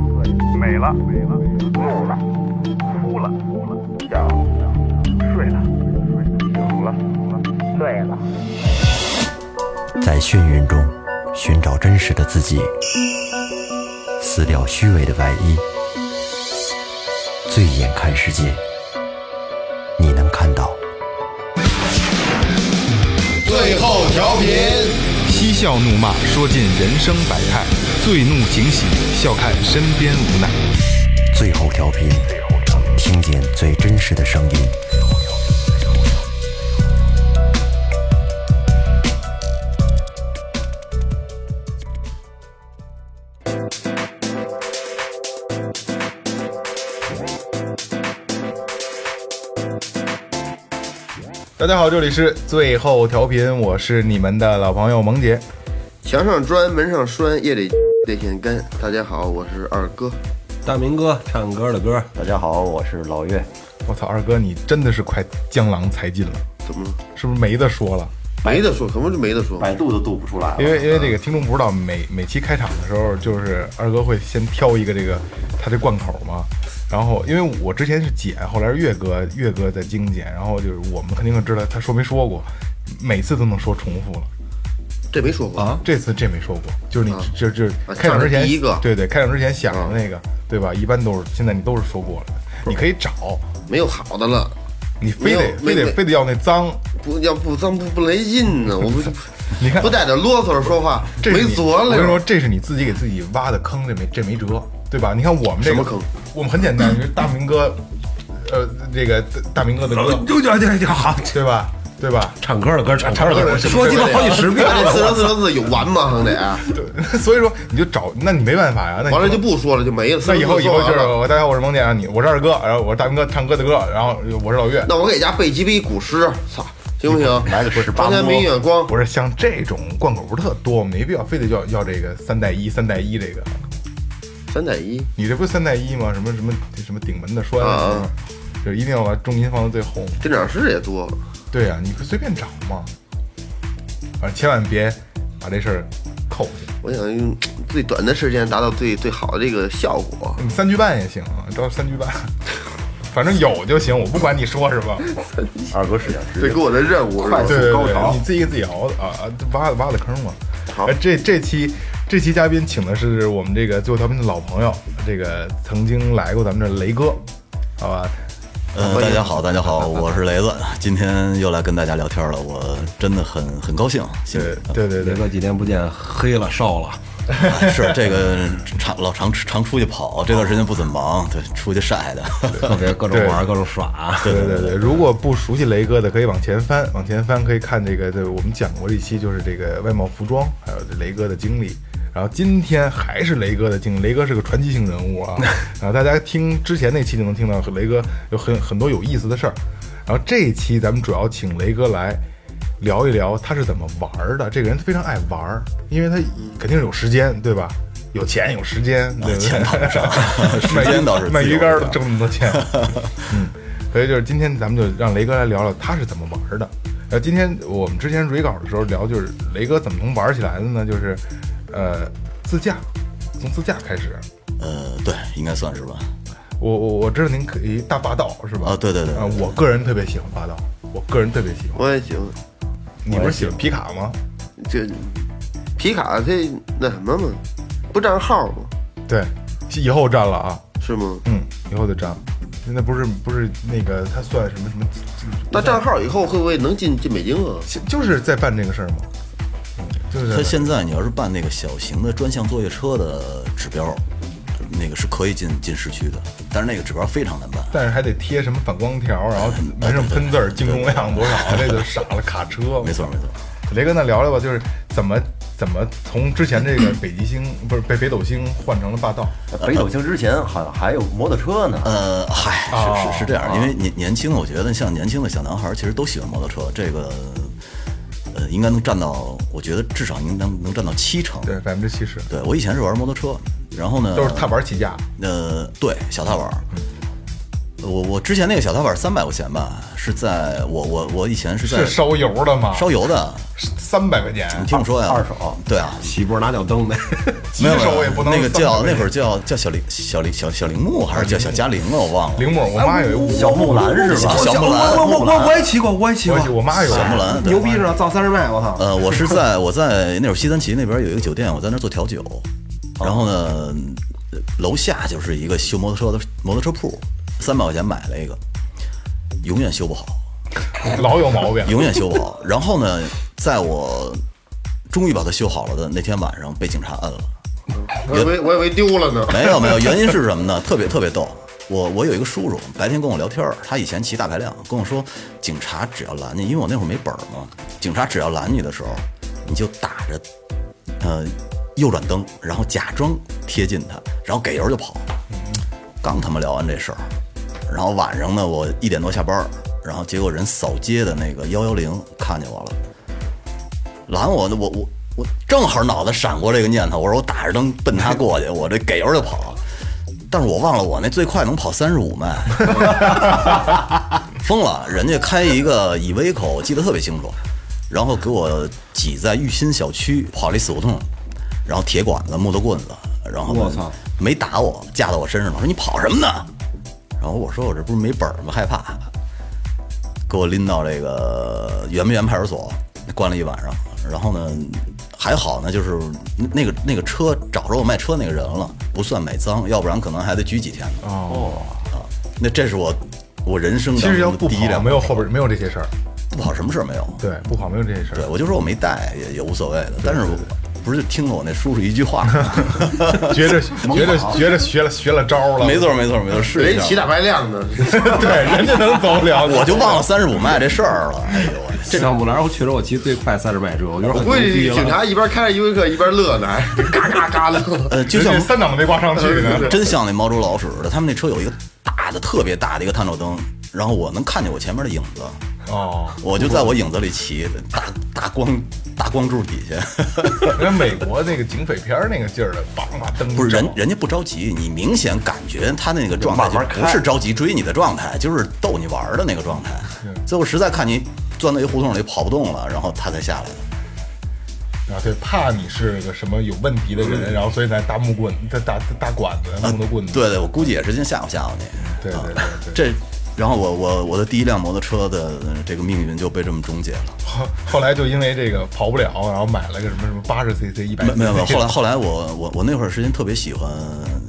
了，美了，怒了，哭了，哭了，笑了，睡了，睡了，醒了，醉了。在眩晕中寻找真实的自己，撕掉虚伪的外衣，醉眼看世界，你能看到。最后调频，嬉笑怒骂，说尽人生百态；醉怒惊喜，笑看身边无奈。最后调频，听见最真实的声音。大家好，这里是最后调频，我是你们的老朋友萌姐。墙上砖，门上栓，夜里 泪线干。大家好，我是二哥。大明哥唱歌的歌，大家好，我是老岳。我操，二哥，你真的是快江郎才尽了，怎么了？是不是没得说了？没得说，什么就没得说。百度都度不出来了。因为因为这个听众不知道，每每期开场的时候，就是二哥会先挑一个这个他这贯口嘛。然后因为我之前是姐，后来是岳哥，岳哥在精简，然后就是我们肯定就知道他说没说过，每次都能说重复了。这没说过啊？这次这没说过，就是你啊就就啊开场之这前是第一个对对，开场之前想啊的那个，对吧？一般都是现在你都是说过了，你可以找，没有好的了，你非没得有非没得非得要那脏，不要不咱不不来劲 呢。我不你看不带点啰嗦说话，这是没你辙我跟你说，了。这是你自己给自己挖的坑，这没这没辙，对吧？你看我们这个什么坑？我们很简单，就是大明哥，呃，这个大明哥的歌，就就就就好，对吧？对吧？ 唱歌的歌，唱歌歌的的歌，歌说鸡巴好几十遍 那四了。十四十字有完吗？还得对，所以说你就找，那你没办法呀。那你完了就不说了，就没了。那以后以后就说是完了我大家好，我是萌姐，你我是二哥，然后我是大明哥唱歌的歌，然后我是老岳。那我给家背几笔古诗，操，行不行？来个十八张天明月光，不是像这种贯口不是特多，没必要非得要要这个三带一三带一这个，三点一，你这不是三带一吗？什么什么什么顶门的栓啊啊啊，什么就一定要把重音放到最后。这点诗也多。对啊，你可以随便找嘛，啊，千万别把这事儿扣下。我想用最短的时间达到最最好的这个效果。你三句半也行啊，找三句半， 反正有就行，我不管你说什么。二哥是想这直给我的任务是吧快？对对高对，潮你自己给自己熬的啊啊，挖挖的坑嘛。好呃这这期这期嘉宾请的是我们这个最后调频的老朋友，这个曾经来过咱们这儿雷哥，好吧？嗯，大家好，大家好，我是雷子，今天又来跟大家聊天了，我真的很很高兴，心对里对对别对，个几天不见，黑了瘦了，哎是这个常老常常出去 跑，这段时间不怎么哦忙，对，出去晒的，特别各种对玩，各种耍。对对对对，如果不熟悉雷哥的，可以往前翻，往前翻可以看这个，对我们讲过一期，就是这个外贸服装，还有这雷哥的经历。然后今天还是雷哥的经历，雷哥是个传奇性人物啊！啊，大家听之前那期就能听到雷哥有很很多有意思的事儿。然后这一期咱们主要请雷哥来聊一聊他是怎么玩儿的。这个人非常爱玩儿，因为他肯定是有时间，对吧？有钱有时间，对不对？钱谈不上 时卖鱼间倒是自由卖鱼竿儿都一点挣那么多 钱。嗯，所以就是今天咱们就让雷哥来聊聊他是怎么玩儿的。呃，今天我们之前蕊稿的时候聊，就是雷哥怎么能玩起来的呢？就是，呃，自驾，从自驾开始。呃，对，应该算是吧，我我我知道您可以大霸道是吧？啊对对对啊、我个人特别喜欢霸道，我个人特别喜欢。我也行，你不是喜欢皮卡吗？这皮卡它那什么嘛，不占号吗？对，以后占了啊，是吗？嗯，以后就占了。那不是不是那个他算什么什么？那占号以后会不会能进进北京啊？就就是在办这个事儿吗？嗯，就是在他办现在你要是办那个小型的专项作业车的指标，那个是可以进进市区的，但是那个指标非常难办。但是还得贴什么反光条，然后门上喷字儿，净重量多少，这就傻了。卡车，没错没错，雷哥，那聊聊吧，就是怎么怎么从之前这个北极星不是北北斗星换成了霸道，北斗星之前好像还有摩托车呢。呃，嗨，哦是是是这样，因为年年轻，我觉得像年轻的小男孩儿其实都喜欢摩托车，这个呃应该能占到，我觉得至少应当能占到七成。对，百分之七十对，我以前是玩摩托车，然后呢，都是踏板起家，呃，对，小踏板儿。嗯我我之前那个小踏板三百块钱吧，是在我我我以前是在是烧啊油的吗？烧油的，三百块钱，你听我说呀，二手对啊，洗波拿脚蹬呗，没有手也不能那个叫300那会儿叫叫小铃小铃小小铃木还是叫小嘉玲啊，我忘了。铃木，我妈有一屋，小木兰是吧？小木兰我我我我也骑过，我也骑过我，我妈有一屋小木兰对牛逼是吧？造三十迈，我操！呃，我是在我在那会儿西三旗那边有一个酒店，我在那儿做调酒，然后呢，呃楼下就是一个修摩托车的摩托车铺，三百块钱买了一个，永远修不好，老有毛病，永远修不好。然后呢，在我终于把它修好了的那天晚上，被警察摁了。我以为我以为丢了呢。 没有没有，原因是什么呢？特别特别逗。我我有一个叔叔，白天跟我聊天儿，他以前骑大排量，跟我说，警察只要拦你，因为我那会儿没本儿嘛，警察只要拦你的时候，你就打着，呃，右转灯，然后假装贴近他，然后给油就跑。刚他妈聊完这事儿，然后晚上呢，我一点多下班儿，然后结果人扫街的那个幺幺零看见我了，拦我，我我我正好脑子闪过这个念头，我说我打着灯奔他过去，我这给油就跑，但是我忘了我那最快能跑三十五迈， 疯了，人家开一个以 V 口，我记得特别清楚，然后给我挤在玉新小区跑了一死胡同，然后铁管子、木头棍子，然后我操，没打我，架到我身上了，说你跑什么呢？然后我说我这不是没本儿吗？害怕，给我拎到这个圆明园派出所关了一晚上。然后呢，还好呢，就是那个那个车找着我卖车那个人了，不算买赃，要不然可能还得拘几天呢。哦，啊，那这是我我人生其当实要中不的第一跑，辆没有后边没有这些事儿，不跑什么事儿没有。对，不跑没有这些事对，儿，我就说我没带也也无所谓的，但是我不是就听了我那叔叔一句 话吗，觉着觉着觉着学了学了招了，没错没错没错，是人一家下骑大排量的，对，人家能走了，我就忘了三十五迈这事儿了。哎呦我的这小木兰，我确实我骑最快三十迈车，我觉得我很估牛计逼警了。察一边开着依维柯一边乐呢，还嘎嘎嘎乐。呃，就人像家三档没挂上去呢，真像那猫捉老鼠似的，他们那车有一个大的、特别大的一个探照灯，然后我能看见我前面的影子，哦，我就在我影子里骑，大大光大光柱底下， 跟美国那个警匪片儿那个劲儿的，梆把灯不是人照人家不着急，你明显感觉他那个状态慢慢就开不是着急追你的状态，就是逗你玩儿的那个状态。最后实在看你钻到一胡同里跑不动了，然后他才下来的。啊，对，怕你是个什么有问题的人，然后所以才大木棍、大大大管子、木头棍子，嗯啊对对，我估计也是先吓唬吓唬你。啊对对对对。这，然后我我我的第一辆摩托车的这个命运就被这么终结了。后后来就因为这个跑不了，然后买了个什么什么八十 cc、一百没没有没有，后来后来我我我那会儿时间特别喜欢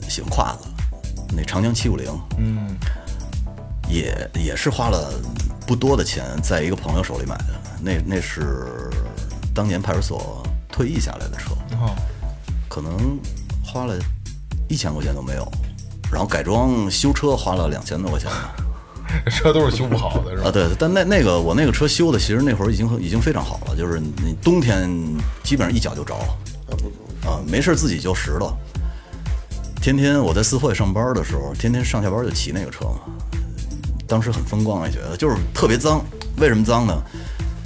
喜欢胯子，那长江七五零，嗯，也也是花了不多的钱，在一个朋友手里买的，那那是当年派出所退役下来的车，哦可能花了一千块钱都没有，然后改装修车花了两千多块钱吧。车都是修不好的是吧啊，？对，但那那个我那个车修的，其实那会儿已经已经非常好了，就是你冬天基本上一脚就着，啊，没事儿自己就拾了。天天我在四惠上班的时候，天天上下班就骑那个车嘛，当时很风光，也觉得就是特别脏。为什么脏呢？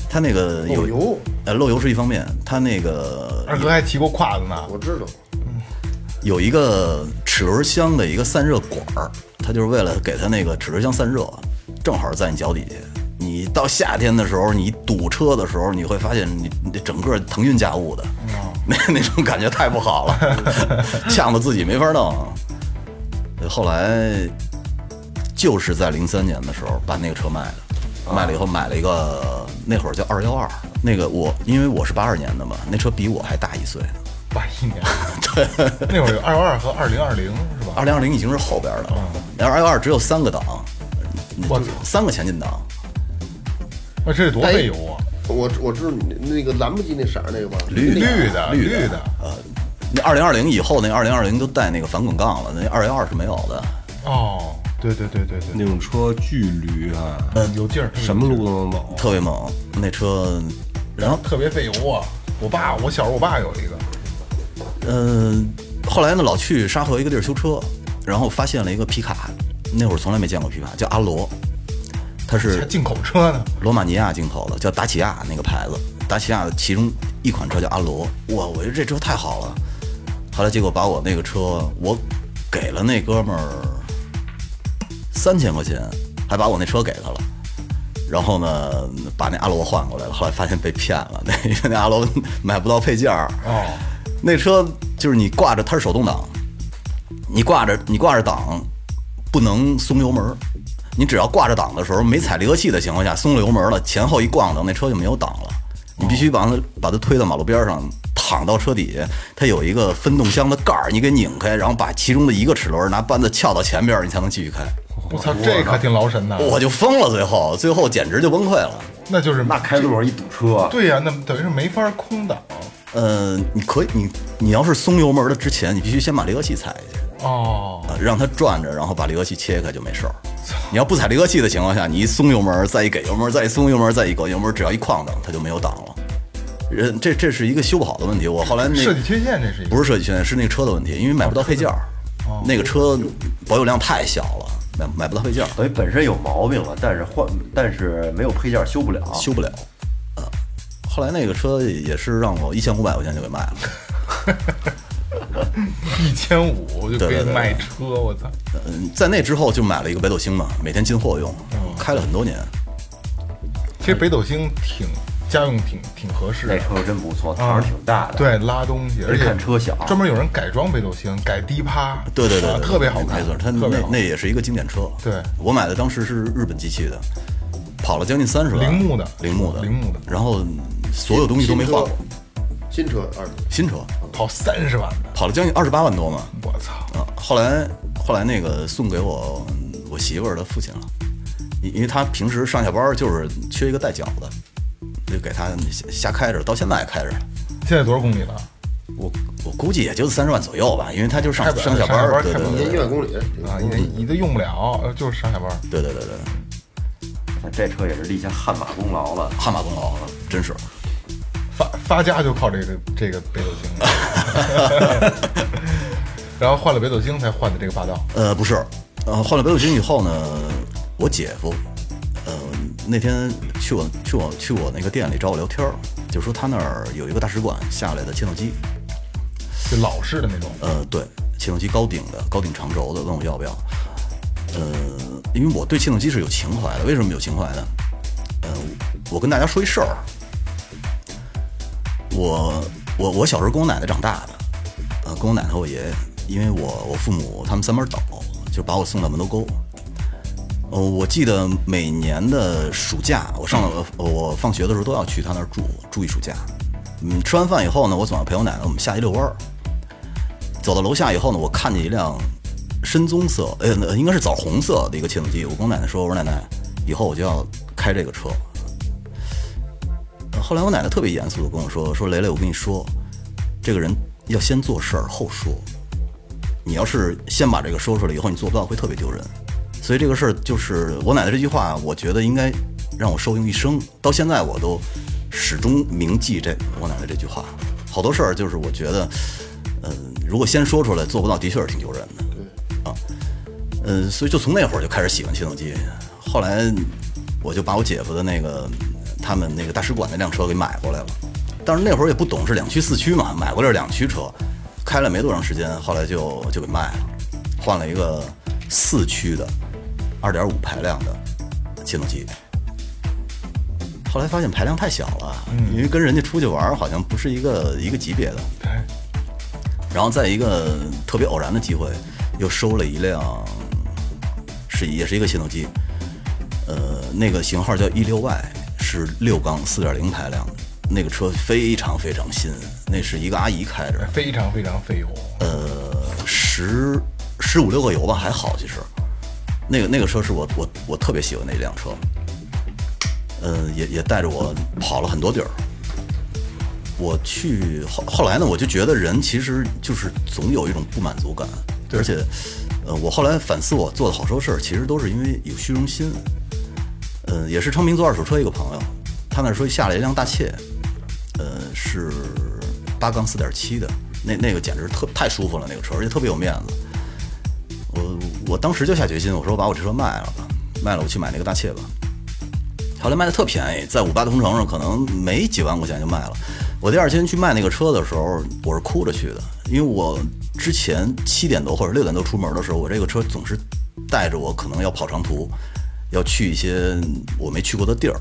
它那个有漏油，呃，漏油是一方面，它那个二哥还骑过胯子呢，我知道，有一个齿轮箱的一个散热管儿，它就是为了给它那个齿轮箱散热，正好在你脚底下。你到夏天的时候，你堵车的时候，你会发现你你整个腾云驾雾的，那 那种感觉太不好了，呛得自己没法弄。后来就是在零三年的时候把那个车卖了，卖了以后买了一个那会儿叫二幺二，那个我因为我是八二年的嘛，那车比我还大一岁。八一年，对，那会儿有二幺二和二零二零是吧？二零二零已经是后边的了，二幺二只有三个档，我操三个前进档，那这得多费油啊！我我知道你那个兰博基那色儿那个吧，绿绿的绿绿的呃，那二零二零以后，那二零二零都带那个反滚杠了，那二幺二是没有的。哦，对对对对对，那种车巨驴啊，嗯有劲儿，什么路都能走。特别猛，那车，然后特别费油啊！我爸，我小时候我爸有一个，嗯，后来呢，老去沙河一个地儿修车，然后发现了一个皮卡，那会儿从来没见过皮卡，叫阿罗，还它是进口车呢，罗马尼亚进口的，叫达起亚那个牌子，达起亚的其中一款车叫阿罗，哇，我觉得这车太好了。后来结果把我那个车，我给了那哥们儿三千块钱，还把我那车给他了。然后呢，把那阿罗换过来了。后来发现被骗了，那因为那阿罗买不到配件儿。哦，那车就是你挂着，它是手动挡，你挂着你挂着档，不能松油门儿。你只要挂着档的时候没踩离合器的情况下松了油门了，前后一晃荡，那车就没有档了。你必须把它把它推到马路边上，躺到车底下，它有一个分动箱的盖儿，你给拧开，然后把其中的一个齿轮拿扳子撬到前边儿，你才能继续开。我操，这可挺劳神的。我就疯了，最后最后简直就崩溃了。那就是那开路上一堵车，对呀、那等于是没法空挡。呃，你可以，你你要是松油门的之前，你必须先把离合器踩下去。哦，啊，让它转着，然后把离合器切开就没事儿。你要不踩离合器的情况下，你一松油门，再一给油门，再一松油门，再一给油门，只要一哐当，它就没有档了。人这这是一个修不好的问题。我后来那设计缺陷这是一个不是设计缺陷，是那个车的问题，因为买不到配件儿。哦那个车保有量太小了，买买不到配件儿，哎等于本身有毛病了，但是换但是没有配件修不了，修不了。呃，后来那个车也是让我一千五百块钱就给卖了。一千五就可对对以对卖车，我操！嗯，在那之后就买了一个北斗星嘛，每天进货用，嗯开了很多年。其实北斗星挺家用挺挺合适那的，哎车真不错，啊膛挺大的，，对，拉东西，而且看车小专门有人改装北斗星，改低趴，对对对啊对特别好看，没错，它特别那好那看。也是一个经典车。对我买的当时是日本机器的，跑了将近三十万，铃木的铃木的，铃木的然后所有东西都没换过，新车啊二十多，新车跑三十万的，跑了将近二十八万多嘛。我操！啊，后来后来那个送给我嗯我媳妇儿的父亲了，因因为他平时上下班就是缺一个带脚的，就给他瞎瞎开着，到现在还开着。现在多少公里了？我我估计也就三十万左右吧，因为他就上开不了上下班上下儿，班对对开不对了一年对一万公里，啊，你你都用不了，呃就是上下班。对对对对，哎这车也是立下汗马功劳了。汗马功劳了，真是。发发家就靠这个这个北斗 星，然后换了北斗星才换的这个霸道。呃，不是，呃，换了北斗星以后呢，我姐夫，呃，那天去我去我去我那个店里找我聊天儿，就说他那儿有一个大使馆下来的切诺基，就老式的那种，呃，对，切诺基高顶的高顶长轴的，问我要不要。呃，因为我对切诺基是有情怀的，为什么有情怀呢？呃，我跟大家说一事儿，我我我小时候跟我奶奶长大的，呃，跟我奶奶和我爷爷，因为我我父母他们三班倒，就把我送到门头沟。呃，我记得每年的暑假，我上了呃我放学的时候都要去他那儿住住一暑假。嗯，吃完饭以后呢，我总要陪我奶奶，我们下去遛弯儿。走到楼下以后呢，我看见一辆深棕色，呃，那应该是枣红色的一个切诺基。我跟我奶奶说，我说奶奶，以后我就要开这个车。呃后来我奶奶特别严肃的跟我说，说雷雷，我跟你说，这个人要先做事儿后说，你要是先把这个说出来以后，你做不到会特别丢人。所以这个事儿就是我奶奶这句话，我觉得应该让我受用一生。到现在我都始终铭记这我奶奶这句话。好多事儿就是我觉得，嗯、如果先说出来做不到，的确是挺丢人的。啊，嗯，所以就从那会儿就开始喜欢切诺基。后来我就把我姐夫的那个他们那个大使馆那辆车给买过来了，但是那会儿也不懂是两驱四驱嘛，买过来是两驱车，开了没多长时间，后来就就给卖了，换了一个四驱的，二点五排量的切诺基。后来发现排量太小了，因为跟人家出去玩儿好像不是一个一个级别的。哎然后在一个特别偶然的机会，又收了一辆，是也是一个切诺基，呃，那个型号叫 E 六 Y，是六缸四点零排量的，那个车非常非常新，那是一个阿姨开着，非常非常费油。呃，十十五六个油吧，还好其实。那个那个车是我我我特别喜欢的一辆车，呃，也也带着我跑了很多地儿。我去后后来呢，我就觉得人其实就是总有一种不满足感，而且，呃，我后来反思我做的好多事儿，其实都是因为有虚荣心。呃，也是昌平做二手车一个朋友，他那说下了一辆大切，呃，是八缸四点七的，那那个简直特太舒服了，那个车，而且特别有面子。我我当时就下决心，我说我把我这车卖了吧，卖了我去买那个大切吧。后来卖的特便宜，在五八同城上可能没几万块钱就卖了，我第二天去卖那个车的时候，我是哭着去的，因为我之前七点多或者六点多出门的时候，我这个车总是带着我可能要跑长途，要去一些我没去过的地儿。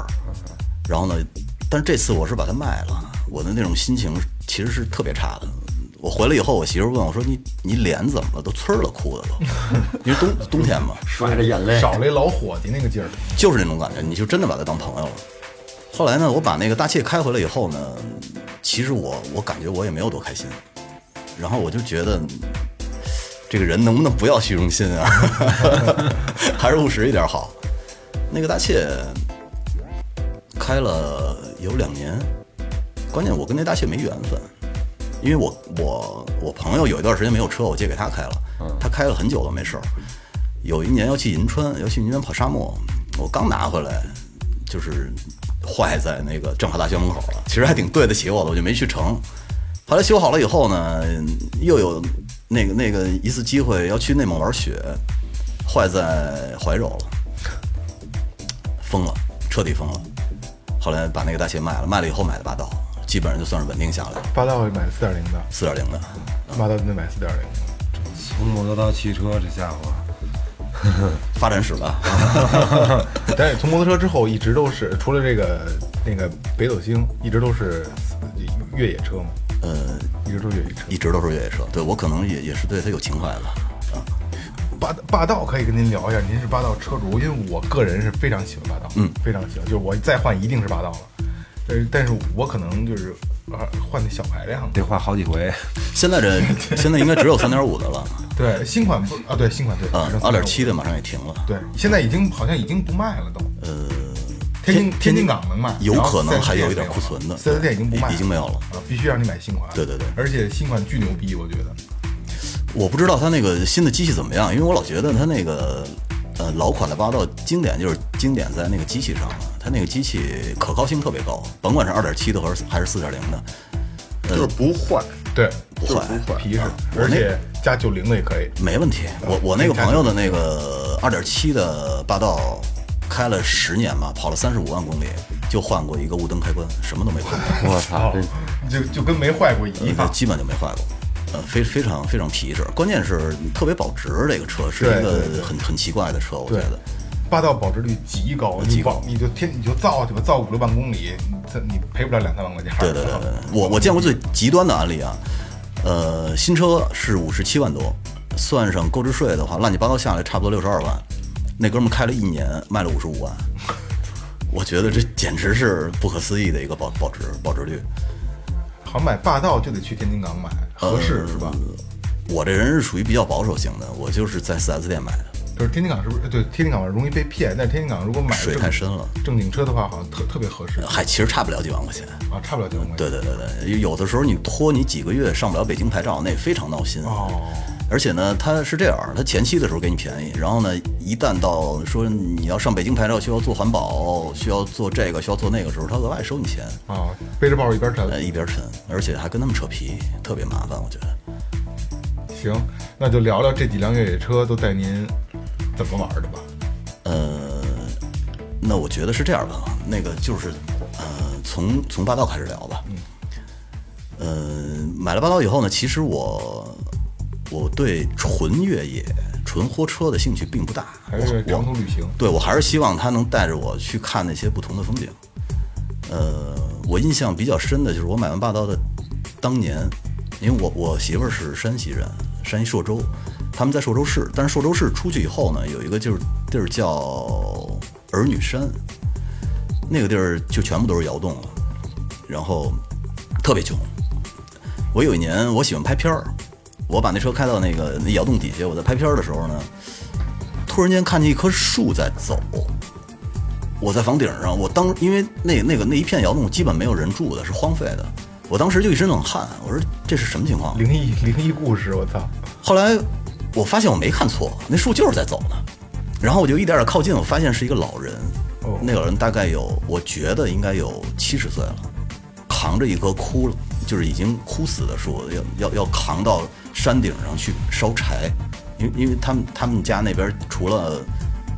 然后呢，但是这次我是把它卖了，我的那种心情其实是特别差的。我回来以后，我媳妇问我说：“你你脸怎么了？都呲儿了，哭的都，因为冬冬天嘛。”甩着眼泪，少了一老伙计那个劲儿。就是那种感觉，你就真的把他当朋友了。后来呢，我把那个大切开回来以后呢，其实我我感觉我也没有多开心，然后我就觉得这个人能不能不要虚荣心啊， 还是务实一点好。那个大切开了有两年，关键我跟那大切没缘分，因为我我我朋友有一段时间没有车，我借给他开了，他开了很久都没事儿。有一年要去银川，要去银川跑沙漠，我刚拿回来，就是坏在那个政法大学门口了。其实还挺对得起我的，我就没去成。后来修好了以后呢，又有那个那个一次机会要去内蒙玩雪，坏在怀柔了，疯了，彻底疯了。后来把那个大鞋卖了，卖了以后买的霸道，基本上就算是稳定下来了，霸道买四点零的，四点零的。霸道得买四点零。从摩托到汽车，这家伙发展史吧， 但是从摩托车之后，一直都是除了这个那个北斗星，一直都是越野车嘛，呃，一直都是越野车。一直都是越野车。对我可能也也是对它有情怀吧。霸霸道可以跟您聊一下，您是霸道车主，因为我个人是非常喜欢霸道，嗯，非常喜欢，就是我再换一定是霸道了，但是但是我可能就是啊换的小排量的，得换好几回。现 在这现在应该只有三点五的了，对，新款不啊对新款对，啊，反正二点七的马上也停了，对，现在已经好像已经不卖了都，呃，天津天津港能卖，有然后可 4S 能还有一店点没库存的四 S 店已经不卖了，已经没有了啊，必须让你买新款，对对对而且新款巨牛逼，我觉得，我不知道它那个新的机器怎么样，因为我老觉得它那个呃老款的霸道经典就是经典在那个机器上了，它那个机器可靠性特别高，甭管是二点七的和还是四点零的，就是不坏，对，不坏，皮啊实，而且加九零的也可以，没问题。我我那个朋友的那个二点七的霸道。开了十年嘛，跑了三十五万公里，就换过一个雾灯开关，什么都没换过。我啊操，真哦就就跟没坏过一呃样，基本就没坏过，呃，非非常非常皮实，关键是特别保值。这个车是一对对个很很奇怪的车，我觉对得。霸道保值率极高，你极高保你就天你就造去吧，造五六万公里，你这你赔不了两三万块钱，对对对对，对我我见过最极端的案例啊，呃，新车是五十七万多，算上购置税的话，乱七八糟下来差不多六十二万。那哥们儿开了一年，卖了五十五万，我觉得这简直是不可思议的一个保保值保值率。好像买霸道就得去天津港买，合嗯适是吧？我这人是属于比较保守型的，我就是在 4S 店买的。就是天津港是不是？对，天津港容易被骗，但是天津港如果买水正太深了正经车的话，好像特特别合适啊，啊还其实差不了几万块钱，差不了几万块钱。对对对对，有的时候你拖你几个月上不了北京牌照，那也非常闹心。哦，而且呢，它是这样，它前期的时候给你便宜，然后呢，一旦到说你要上北京牌照，需要做环保，需要做这个，需要做那个时候，它额外收你钱，啊，背着包一边呃，沉。一边沉，而且还跟他们扯皮，特别麻烦，我觉得。行，那就聊聊这几辆越野车都带您怎么玩的吧。呃，那我觉得是这样吧，那个就是，呃，从从霸道开始聊吧。嗯。呃，买了霸道以后呢，其实我我对纯越野、纯货车的兴趣并不大，还是长途旅行，对我还是希望他能带着我去看那些不同的风景。呃，我印象比较深的就是我买完霸道的当年，因为我我媳妇儿是山西人，山西朔州，他们在朔州市，但是朔州市出去以后呢，有一个就是地儿叫儿女山，那个地儿就全部都是窑洞了，然后特别穷。我有一年我喜欢拍片儿，我把那车开到那个那窑洞底下，我在拍片儿的时候呢，突然间看见一棵树在走。我在房顶上，我当因为那那个那一片窑洞基本没有人住的，是荒废的。我当时就一身冷汗，我说这是什么情况？灵异 灵异故事，我操！后来我发现我没看错，那树就是在走呢。然后我就一点点靠近，我发现是一个老人，哦那老人大概有，我觉得应该有七十岁了，扛着一棵枯了，就是已经枯死的树，要要要扛到山顶上去烧柴，因为因为他们他们家那边除了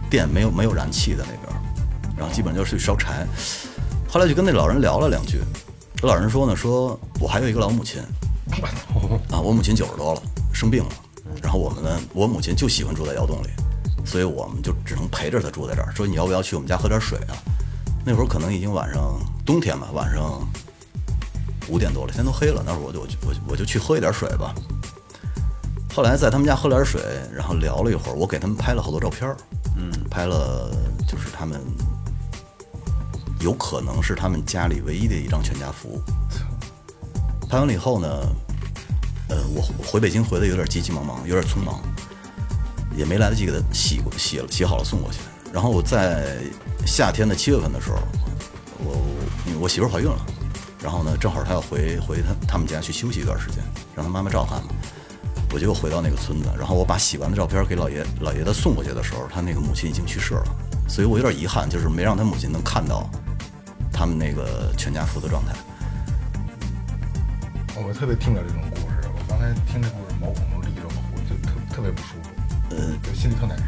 电没有没有燃气的那边，然后基本就是去烧柴。后来就跟那老人聊了两句，这老人说呢，说我还有一个老母亲，啊，我母亲九十多了，生病了，然后我们呢，我母亲就喜欢住在窑洞里，所以我们就只能陪着她住在这儿。说你要不要去我们家喝点水啊？那会儿可能已经晚上冬天吧，晚上五点多了，天都黑了。那会儿我就我就我就我就去喝一点水吧。后来在他们家喝了点水，然后聊了一会儿，我给他们拍了好多照片儿，嗯，拍了就是他们有可能是他们家里唯一的一张全家福。拍完了以后呢，呃，我我回北京回的有点急急忙忙，有点匆忙，也没来得及给他洗过洗了洗好了送过去。然后我在夏天的七月份的时候，我因为我媳妇儿怀孕了，然后呢，正好她要回回她他们家去休息一段时间，让她妈妈照看嘛。我就又回到那个村子，然后我把洗完的照片给老爷，老爷子送过去的时候，他那个母亲已经去世了，所以我有点遗憾，就是没让他母亲能看到他们那个全家福的状态。哦我特别听不了这种故事，我刚才听这故事毛孔都立着火，我就特特别不舒服，嗯，就心里特难受。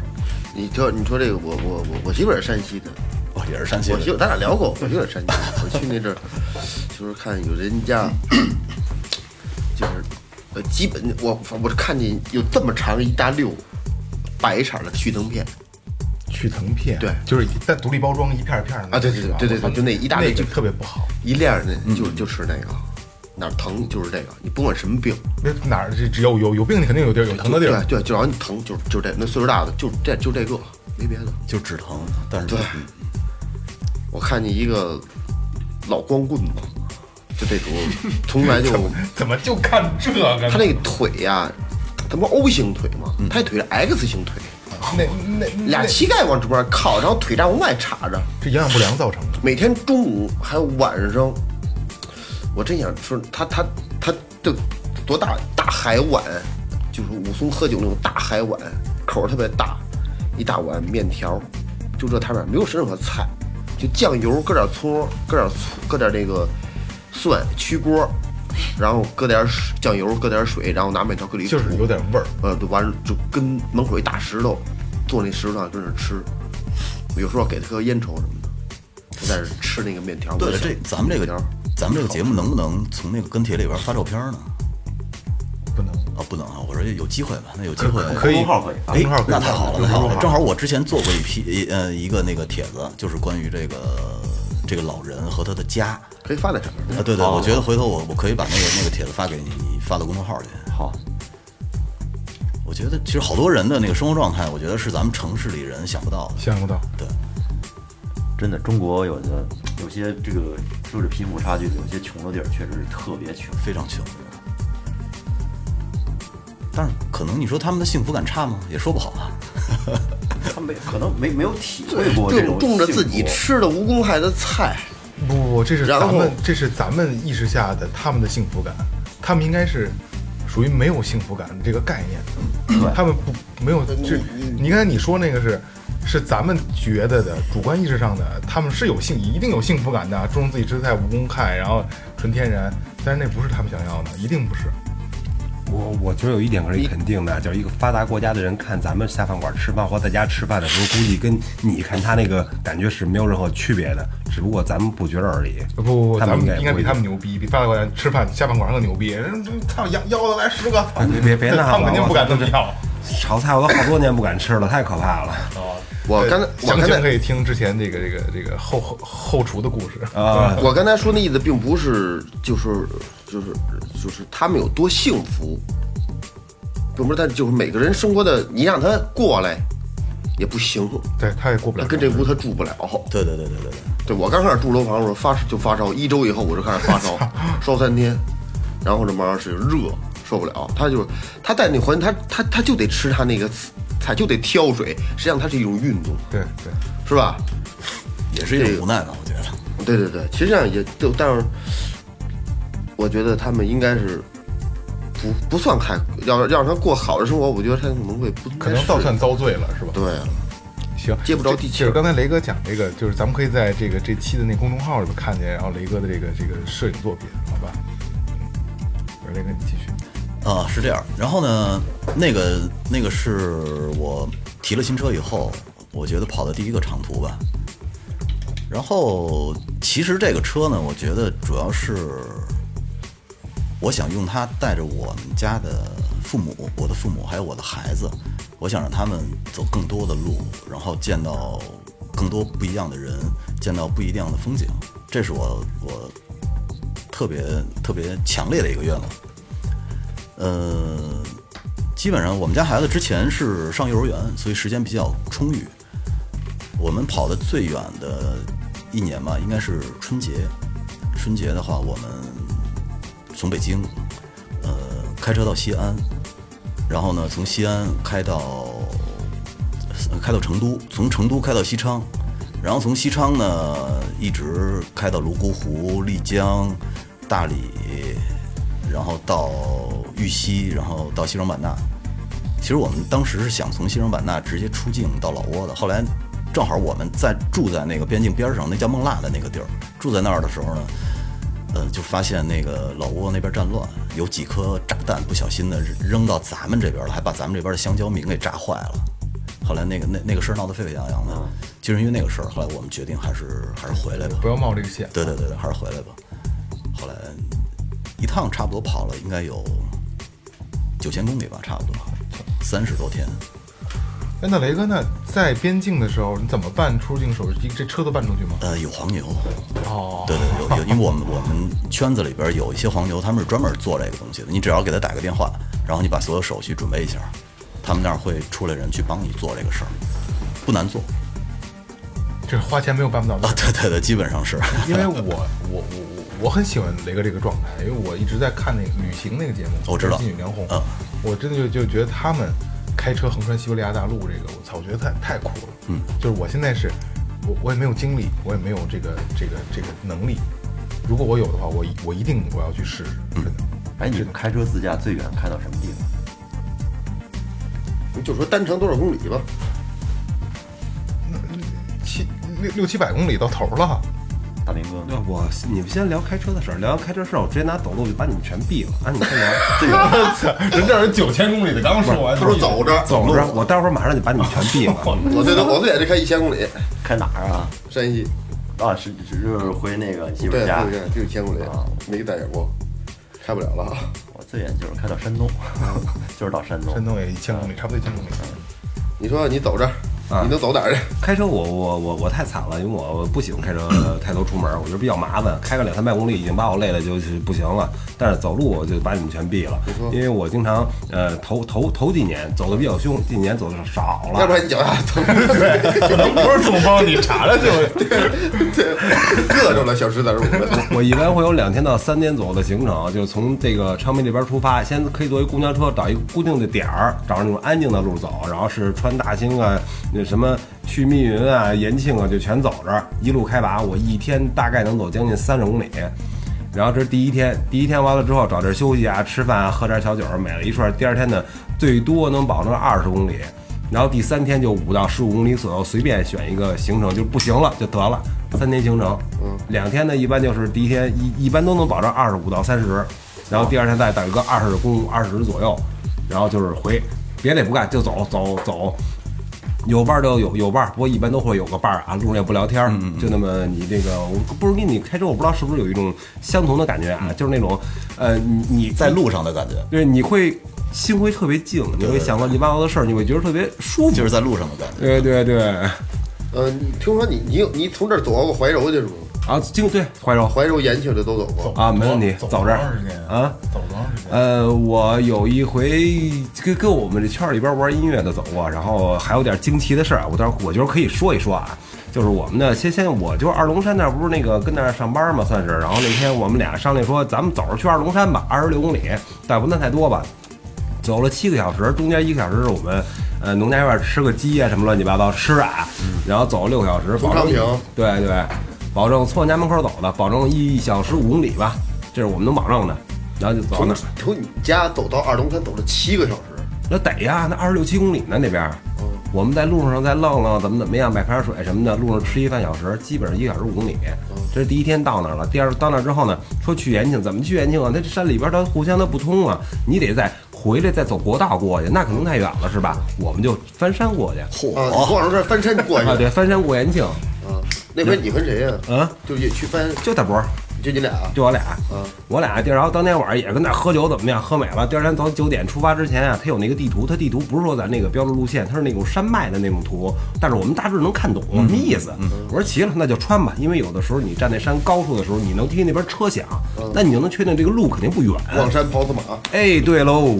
你说你说这个，我我我我媳妇儿也是山西的，哦，也是山西我媳妇人，咱俩聊过，我媳妇儿也是山西的，我去那阵儿就是看有人家就是呃，基本我我看见有这么长一大溜白色儿的旭腾片，去疼片，对就是但独立包装一片儿一片儿的啊对对对是吧对对对就那一大那堆个就特别不好，一亮那嗯就就吃那个，哪儿疼就是这个，你甭管什么病，那哪儿这只要有有病，你肯定有地儿有疼的地儿。对对，就让你疼就就这，那岁数大的就这就这个，没别的。就止疼，但是对嗯我看见一个老光棍子，就这种，从来就怎么就看这个呢？他那个腿呀、他不 O 型腿吗？嗯他那腿是 X 型腿，那那那俩膝盖往这边靠，然后腿再往外插着。这营养不良造成的，每天中午还有晚上，我真想说他他他这多大大海碗，就是武松喝酒那种大海碗，口儿特别大，一大碗面条，就这摊面没有什么菜，就酱油搁点葱，搁点醋，搁点那个蒜炝锅，然后搁点水酱油，搁点水，然后拿面条搁里就是杵有点味儿。呃，就完了，就跟门口一大石头，坐那石头上跟那儿吃。有时候给他颗烟抽什么的，就在这儿吃那个面条。对我了，想这咱们这面个条咱们这个节目能不能从那个跟帖里边发照片呢？不能，啊，不能啊！我说有机会吧，那有机会哎可以公众号可以发公众号可以那太好了，公那太好众了。号啊正好我之前做过一批呃一个那个帖子，就是关于这个这个老人和他的家。可以发在上面。啊，对哦对，我觉得回头我我可以把那个那个帖子发给你，你发到公众号去。好，我觉得其实好多人的那个生活状态，我觉得是咱们城市里人想不到的。想不到。对，真的，中国有的有些这个说是贫富差距，有些穷的地儿确实是特别穷。非常穷。但是可能你说他们的幸福感差吗？也说不好啊。他没可能没没有体会过这这种种种着自己幸福吃的无公害的菜，不不不，这是然咱后们这是咱们意识下的他们的幸福感，他们应该是属于没有幸福感的这个概念，他们不没有呃这。你刚才你说那个是是咱们觉得的主观意识上的，他们是有幸一定有幸福感的，注重自己吃菜无公害，然后纯天然，但是那不是他们想要的，一定不是。我我觉得有一点可以肯定的，就是一个发达国家的人看咱们下饭馆吃饭或在家吃饭的时候，估计跟你看他那个感觉是没有任何区别的，只不过咱们不觉得而已。呃不不不，他咱们们也应该不比会他们牛逼，比发达国家吃饭下饭馆更牛逼。人操，要要的来十个，别别别闹了他们肯定不敢这么我要。炒菜我都好多年不敢吃了，太可怕了。我刚才我详刚情可才以听之前这个这个这个后后后厨的故 事啊，我刚才说那意思，并不是就是就是就是他们有多幸福，并不是他就是每个人生活的，你让他过来也不行， 对，他也过不他了。啊跟这屋他住不了。对对对对对对，对我刚开始住楼房的时候发就发烧，一周以后我就开始 发烧，烧三天，然后这慢慢是热受不了。他就是他在那环境，他他他就得吃他那个菜，就得挑水，实际上它是一种运动，对对，是吧？也是一这种个无奈吧，我觉得。对对对，其实上也就，但是我觉得他们应该是不不算太要要让他过好的生活，我觉得他可能会不可能倒算遭罪了，是吧？对啊，行，接不着地气就是刚才雷哥讲这个，就是咱们可以在这个这期的那公众号里边看见，然后雷哥的这个这个摄影作品，好吧？嗯，雷哥你继续。啊，是这样。然后呢，那个那个是我提了新车以后，我觉得跑的第一个长途吧。然后其实这个车呢，我觉得主要是我想用它带着我们家的父母，我的父母还有我的孩子，我想让他们走更多的路，然后见到更多不一样的人，见到不一样的风景，这是我我特别特别强烈的一个愿望。呃，基本上我们家孩子之前是上幼儿园，所以时间比较充裕。我们跑的最远的一年吧，应该是春节。春节的话，我们从北京，呃，开车到西安，然后呢，从西安开到呃开到成都，从成都开到西昌，然后从西昌呢一直开到泸沽湖、丽江、大理，然后到玉溪，然后到西双版纳。其实我们当时是想从西双版纳直接出境到老挝的，后来正好我们在住在那个边境边上，那叫孟腊的那个地儿，住在那儿的时候呢，呃，就发现那个老挝那边战乱，有几颗炸弹不小心的扔到咱们这边了，还把咱们这边的香蕉民给炸坏了。后来那个那那个事儿闹得沸沸扬扬的，就是因为那个事儿，后来我们决定还是还是回来吧。不要冒这个险。对对对对，还是回来吧。后来一趟差不多跑了应该有九千公里吧，差不多三十多天。哎，那雷哥，那在边境的时候你怎么办出入境手续？这车都办出去吗？呃，有黄牛，哦，对对对，有有，因为我们我们圈子里边有一些黄牛，他们是专门做这个东西的。你只要给他打个电话，然后你把所有手续准备一下，他们那儿会出来人去帮你做这个事儿，不难做这花钱没有办不到的啊。事。对对对，基本上是。 因为我我我我我很喜欢雷哥这个状态，因为我一直在看那个旅行那个节目，我知道金宇梁红嗯，我真的就就觉得他们开车横穿西伯利亚大陆这个，我操，我觉得太太酷了，嗯，就是我现在是，我我也没有精力，我也没有这个这个这个能力，如果我有的话，我一我一定我要去试试，真的。哎，你们开车自驾最远开到什么地方？你就说单程多少公里吧，七六六七百公里到头了，大明嗯哥那我你们先聊开车的事儿，聊完开车事儿，我直接拿抖路就把你们全毙了。啊，你 们先聊，这个我 操，人这人九千公里的，刚说完，他说走着， 走着，我待会儿马上就把你们全毙了。我最多我最远就开一千公里，开哪儿啊？山西，啊，是是就是回那个媳妇对，儿家啊就。是就一千公里，没带远过，开不了了啊。我最远就是开到山东，就是到山东。山东也一千公里，差不多一千公里。你说你走着啊，你能走哪儿去？开车我我我我太惨了，因为我不喜欢开车呃太多出门，我觉得比较麻烦，开个两三百公里已经把我累的就是不行了。但是走路我就把你们全毙了，因为我经常呃头头头几年走的比较凶，近年走的少要不了。然你脚下疼， 不是同胞，你查查去吧。硌着了，小石子儿，我我一般会有两天到三天左右的行程，就是从这个昌平这边出发，先可以坐一公交车找一个固定的点儿，找那种安静的路走，然后是穿大兴啊，那什么去密云啊、延庆啊，就全走着，一路开拔，我一天大概能走将近三十公里。然后这是第一天，第一天完了之后找地儿休息啊、吃饭啊、喝点小酒儿，买了一串儿。第二天呢，最多能保证二十公里，然后第三天就五到十五公里左右，随便选一个行程，就是不行了就得了。三天行程，嗯，两天呢一般就是第一天一一般都能保证二十五到三十，然后第二天再打一个二十公二十左右，然后就是回，别的也不干就走走走。有伴儿就有有伴儿，不过一般都会有个伴儿啊，路上也不聊天儿，就那么你这个，我不是跟你开车，我不知道是不是有一种相同的感觉啊，就是那种，呃，你你在路上的感觉，对，你会心会特别静，你会想到你八糟的事儿，你会觉得特别舒服就。是在路上的感觉。对对对，呃，你听说你你有你从这儿走到过怀柔去是吗？啊，经对怀柔怀柔、延庆这都走过。啊，没问题，走走这多长儿时间啊。走多长时间？呃，我有一回跟跟我们这圈儿里边玩音乐的走过，然后还有点惊奇的事儿啊，我倒是我觉得可以说一说啊，就是我们呢，先先我就二龙山那儿不是那个跟那儿上班嘛，算是，然后那天我们俩商量说，咱们走着去二龙山吧，二十六公里，但不能太多吧，走了七个小时，中间一个小时是我们呃农家院吃个鸡啊什么乱七八糟吃啊，然后走了六个小时，从保证昌平对对，保证从我家门口走的，保证一小时五公里吧，这是我们能保证的。然后就走从那儿，从你家走到二龙山走了七个小时，那得呀，那二十六七公里呢那边儿。我们在路上再愣愣，怎么怎么样，买瓶水什么的，路上吃一半小时，基本上一个小时五公里。这是第一天到那儿了，第二到那儿之后呢，说去延庆，怎么去延庆啊？那这山里边它互相它不通啊，你得再回来再走国道过去，那可能太远了是吧？我们就翻山过去。啊，你从二龙山翻山过去啊，，对，翻山过延庆。那回你跟谁呀？嗯，就也去翻，就大伯，就你俩啊。就我俩，我俩，然后当天晚上也跟那儿喝酒，怎么样？喝美了。第二天早九点出发之前啊，他有那个地图，他地图不是说咱那个标注路线，它是那种山脉的那种图，但是我们大致能看懂什么意思。我说齐了，那就穿吧，因为有的时候你站在山高处的时候，你能听见那边车响，那你就能确定这个路肯定不远。望山跑死马，哎，对喽，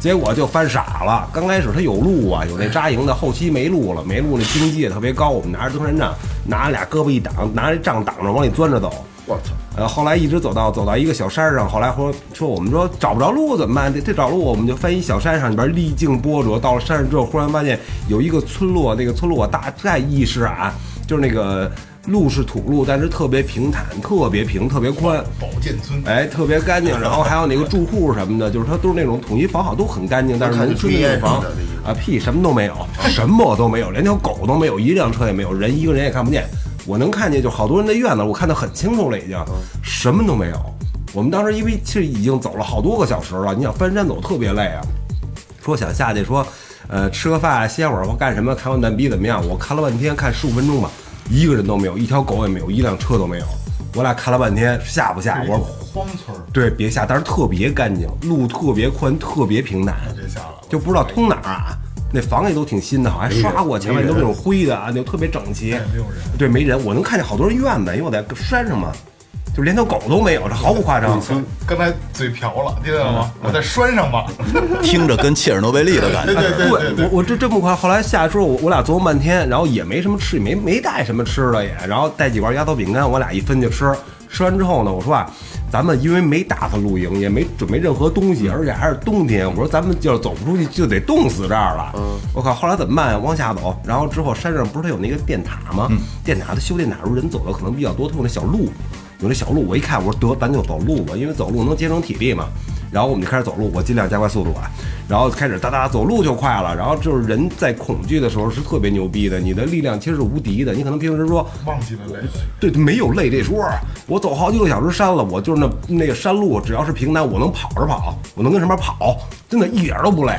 结果就翻傻了。刚开始它有路啊，有那扎营的，后期没路了，没路那荆棘也特别高，我们拿着登山杖，拿俩胳膊一挡，拿着杖挡着往里钻着走。我操！呃，后来一直走到走到一个小山上，后来说说我们说找不着路怎么办？这这找路我们就翻一小山上里边历经波折，到了山上之后，忽然发现有一个村落，那个村落我大概意识啊，就是那个路是土路，但是特别平坦，特别平，特别宽，宝剑村哎，特别干净。然后还有那个住户什么的，就是它都是那种统一房好，都很干净，但是看农着村炊那烟种房似的那意啊屁什么都没有，什么都没有，连条狗都没有，一辆车也没有，人一个人也看不见。我能看见就好多人的院子，我看得很清楚了，已经什么都没有。我们当时因为其实已经走了好多个小时了，你想翻山走特别累啊。说想下去说，呃，吃个饭歇会儿或干什么，看完蛋逼怎么样？我看了半天，看十五分钟吧，一个人都没有，一条狗也没有，一辆车都没有。我俩看了半天，下不下？我说荒村儿对，别下，但是特别干净，路特别宽，特别平坦，别下了，就不知道通哪儿啊。那房也都挺新的，好像还刷过，前面都是那种灰的啊，就特别整齐。没有人对，没人，我能看见好多人院子，因为我在山上嘛，就连条狗都没有，这毫不夸张。刚才嘴瓢了，听到吗？我再拴上吧。听着跟切尔诺贝利的感觉。对哎对对对，我我这这么快，后来下来之后，我我俩琢磨半天，然后也没什么吃，也没没带什么吃的也，然后带几罐压缩饼干，我俩一分就吃。吃完之后呢，我说啊，咱们因为没打算露营，也没准备任何东西，而且还是冬天，我说咱们就是走不出去就得冻死这儿了。我靠，后来怎么办呀？往下走，然后之后山上不是它有那个电塔吗？嗯电塔它修电塔时候人走的可能比较多，它有那小路，有那小路，我一看，我说得，咱就走路吧，因为走路能节省体力嘛。然后我们就开始走路，我尽量加快速度啊，然后开始哒哒走路就快了。然后就是人在恐惧的时候是特别牛逼的，你的力量其实是无敌的。你可能平时说忘记了累了。对没有累这说儿，我走好几个小时山了，我就是那那个山路，只要是平坦，我能跑着跑，我能跟上面跑，真的一点儿都不累。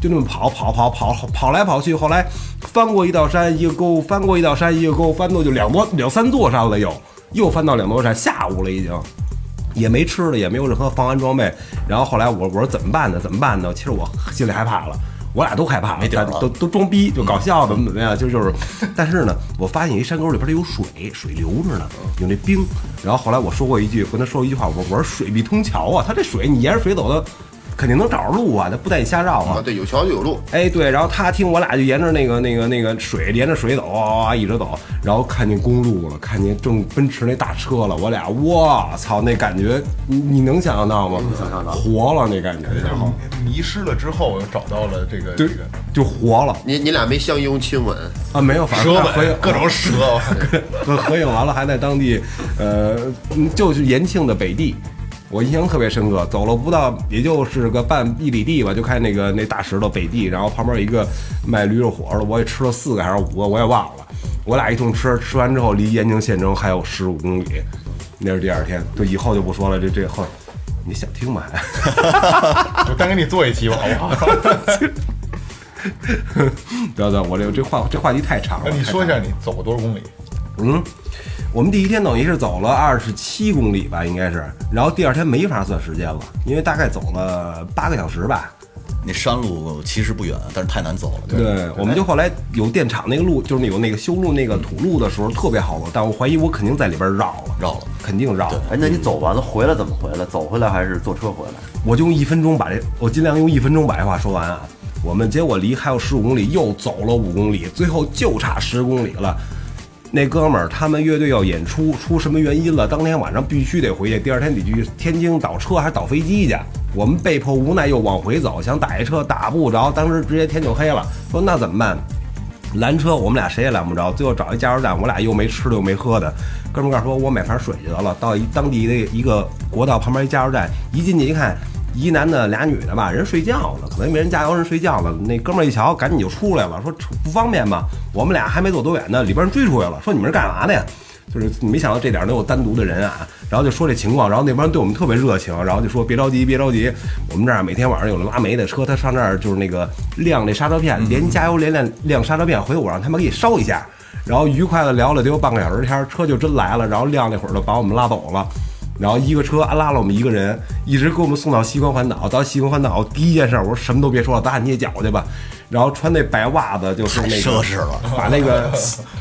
就那么跑跑跑跑跑来跑去，后来翻过一道山一个沟，翻过一道山一个沟，翻到就两多两三座山了又，又翻到两座山，下午了已经。也没吃的，也没有任何防寒装备。然后后来我我说怎么办呢？怎么办呢？其实我 心里害怕了，我俩都害怕了，没底儿了都都装逼，就搞笑，怎么怎么样，就就是。但是呢，我发现一山沟里边有水，水流着呢，有那冰。然后后来我说过一句，跟他说一句话，我说我说水必通桥啊，他这水你沿着水走的，肯定能找着路啊，他不带你瞎绕啊。啊，对，有桥就有路，哎，对，然后他听我俩就沿着那个那个那个水，沿着水走，啊、一直走，然后看见公路了，看见正奔驰那大车了，我俩，我操，那感觉你你能想象到吗？想象到，活了那感觉，然后迷失了之后，又找到了这个这对个，就活了你你俩没相拥亲吻，啊，没有，反正蛇合影吻，各种蛇，我 合合影完了，还在当地，呃，嗯就是延庆的北地，我印象特别深刻。走了不到，也就是个半一里地吧，就看那个那大石头北地，然后旁边有一个卖驴肉火烧的，我也吃了四个还是五个，我也忘了。我俩一通吃，吃完之后离延庆县城还有十五公里，那是第二天。就以后就不说了，这这后，你想听吗？ 还？我单给你做一期吧，好不好？对对，我这这话这话题太长了。那你太说一长了下你走过多少公里？嗯，我们第一天等于是走了二十七公里吧，应该是，然后第二天没法算时间了，因为大概走了八个小时吧。那山路其实不远，但是太难走了。对，我们就后来有电厂那个路，就是有那个修路那个土路的时候特别好走，但我怀疑我肯定在里边绕了，绕了，肯定绕了。哎，那你走完了回来怎么回来？走回来还是坐车回来？我就用一分钟把这，我尽量用一分钟把这话说完啊。我们结果离还有十五公里，又走了五公里，最后就差十公里了。那哥们儿他们乐队要演出，出什么原因了？当天晚上必须得回去，第二天得去天津倒车还是倒飞机去？我们被迫无奈又往回走，想打一车打不着，当时直接天就黑了。说那怎么办？拦车，我们俩谁也拦不着。最后找一加油站，我俩又没吃的又没喝的。哥们儿告诉说，我买瓶水去得了。到一当地的一个国道旁边一加油站，一进去一看，一男的俩女的吧，人睡觉呢，可能也没人加油，人睡觉了。那哥们儿一瞧，赶紧就出来了，说不方便吧？我们俩还没走多远呢，里边人追出来了，说你们是干嘛的呀？就是没想到这点儿能有单独的人啊，然后就说这情况，然后那帮人对我们特别热情，然后就说别着急，别着急，我们这儿每天晚上有人拉煤的车，他上这儿就是那个晾那刹车片，连加油连晾晾刹车片，回头我让他们给你烧一下。然后愉快的聊了得有半个小时天儿，车就真来了，然后亮那会儿就把我们拉走了。然后一个车拉了我们一个人，一直给我们送到西关环岛。到西关环岛第一件事，我说什么都别说了，咱俩捏脚去吧。然后穿那白袜子，就是那个奢侈了，把那个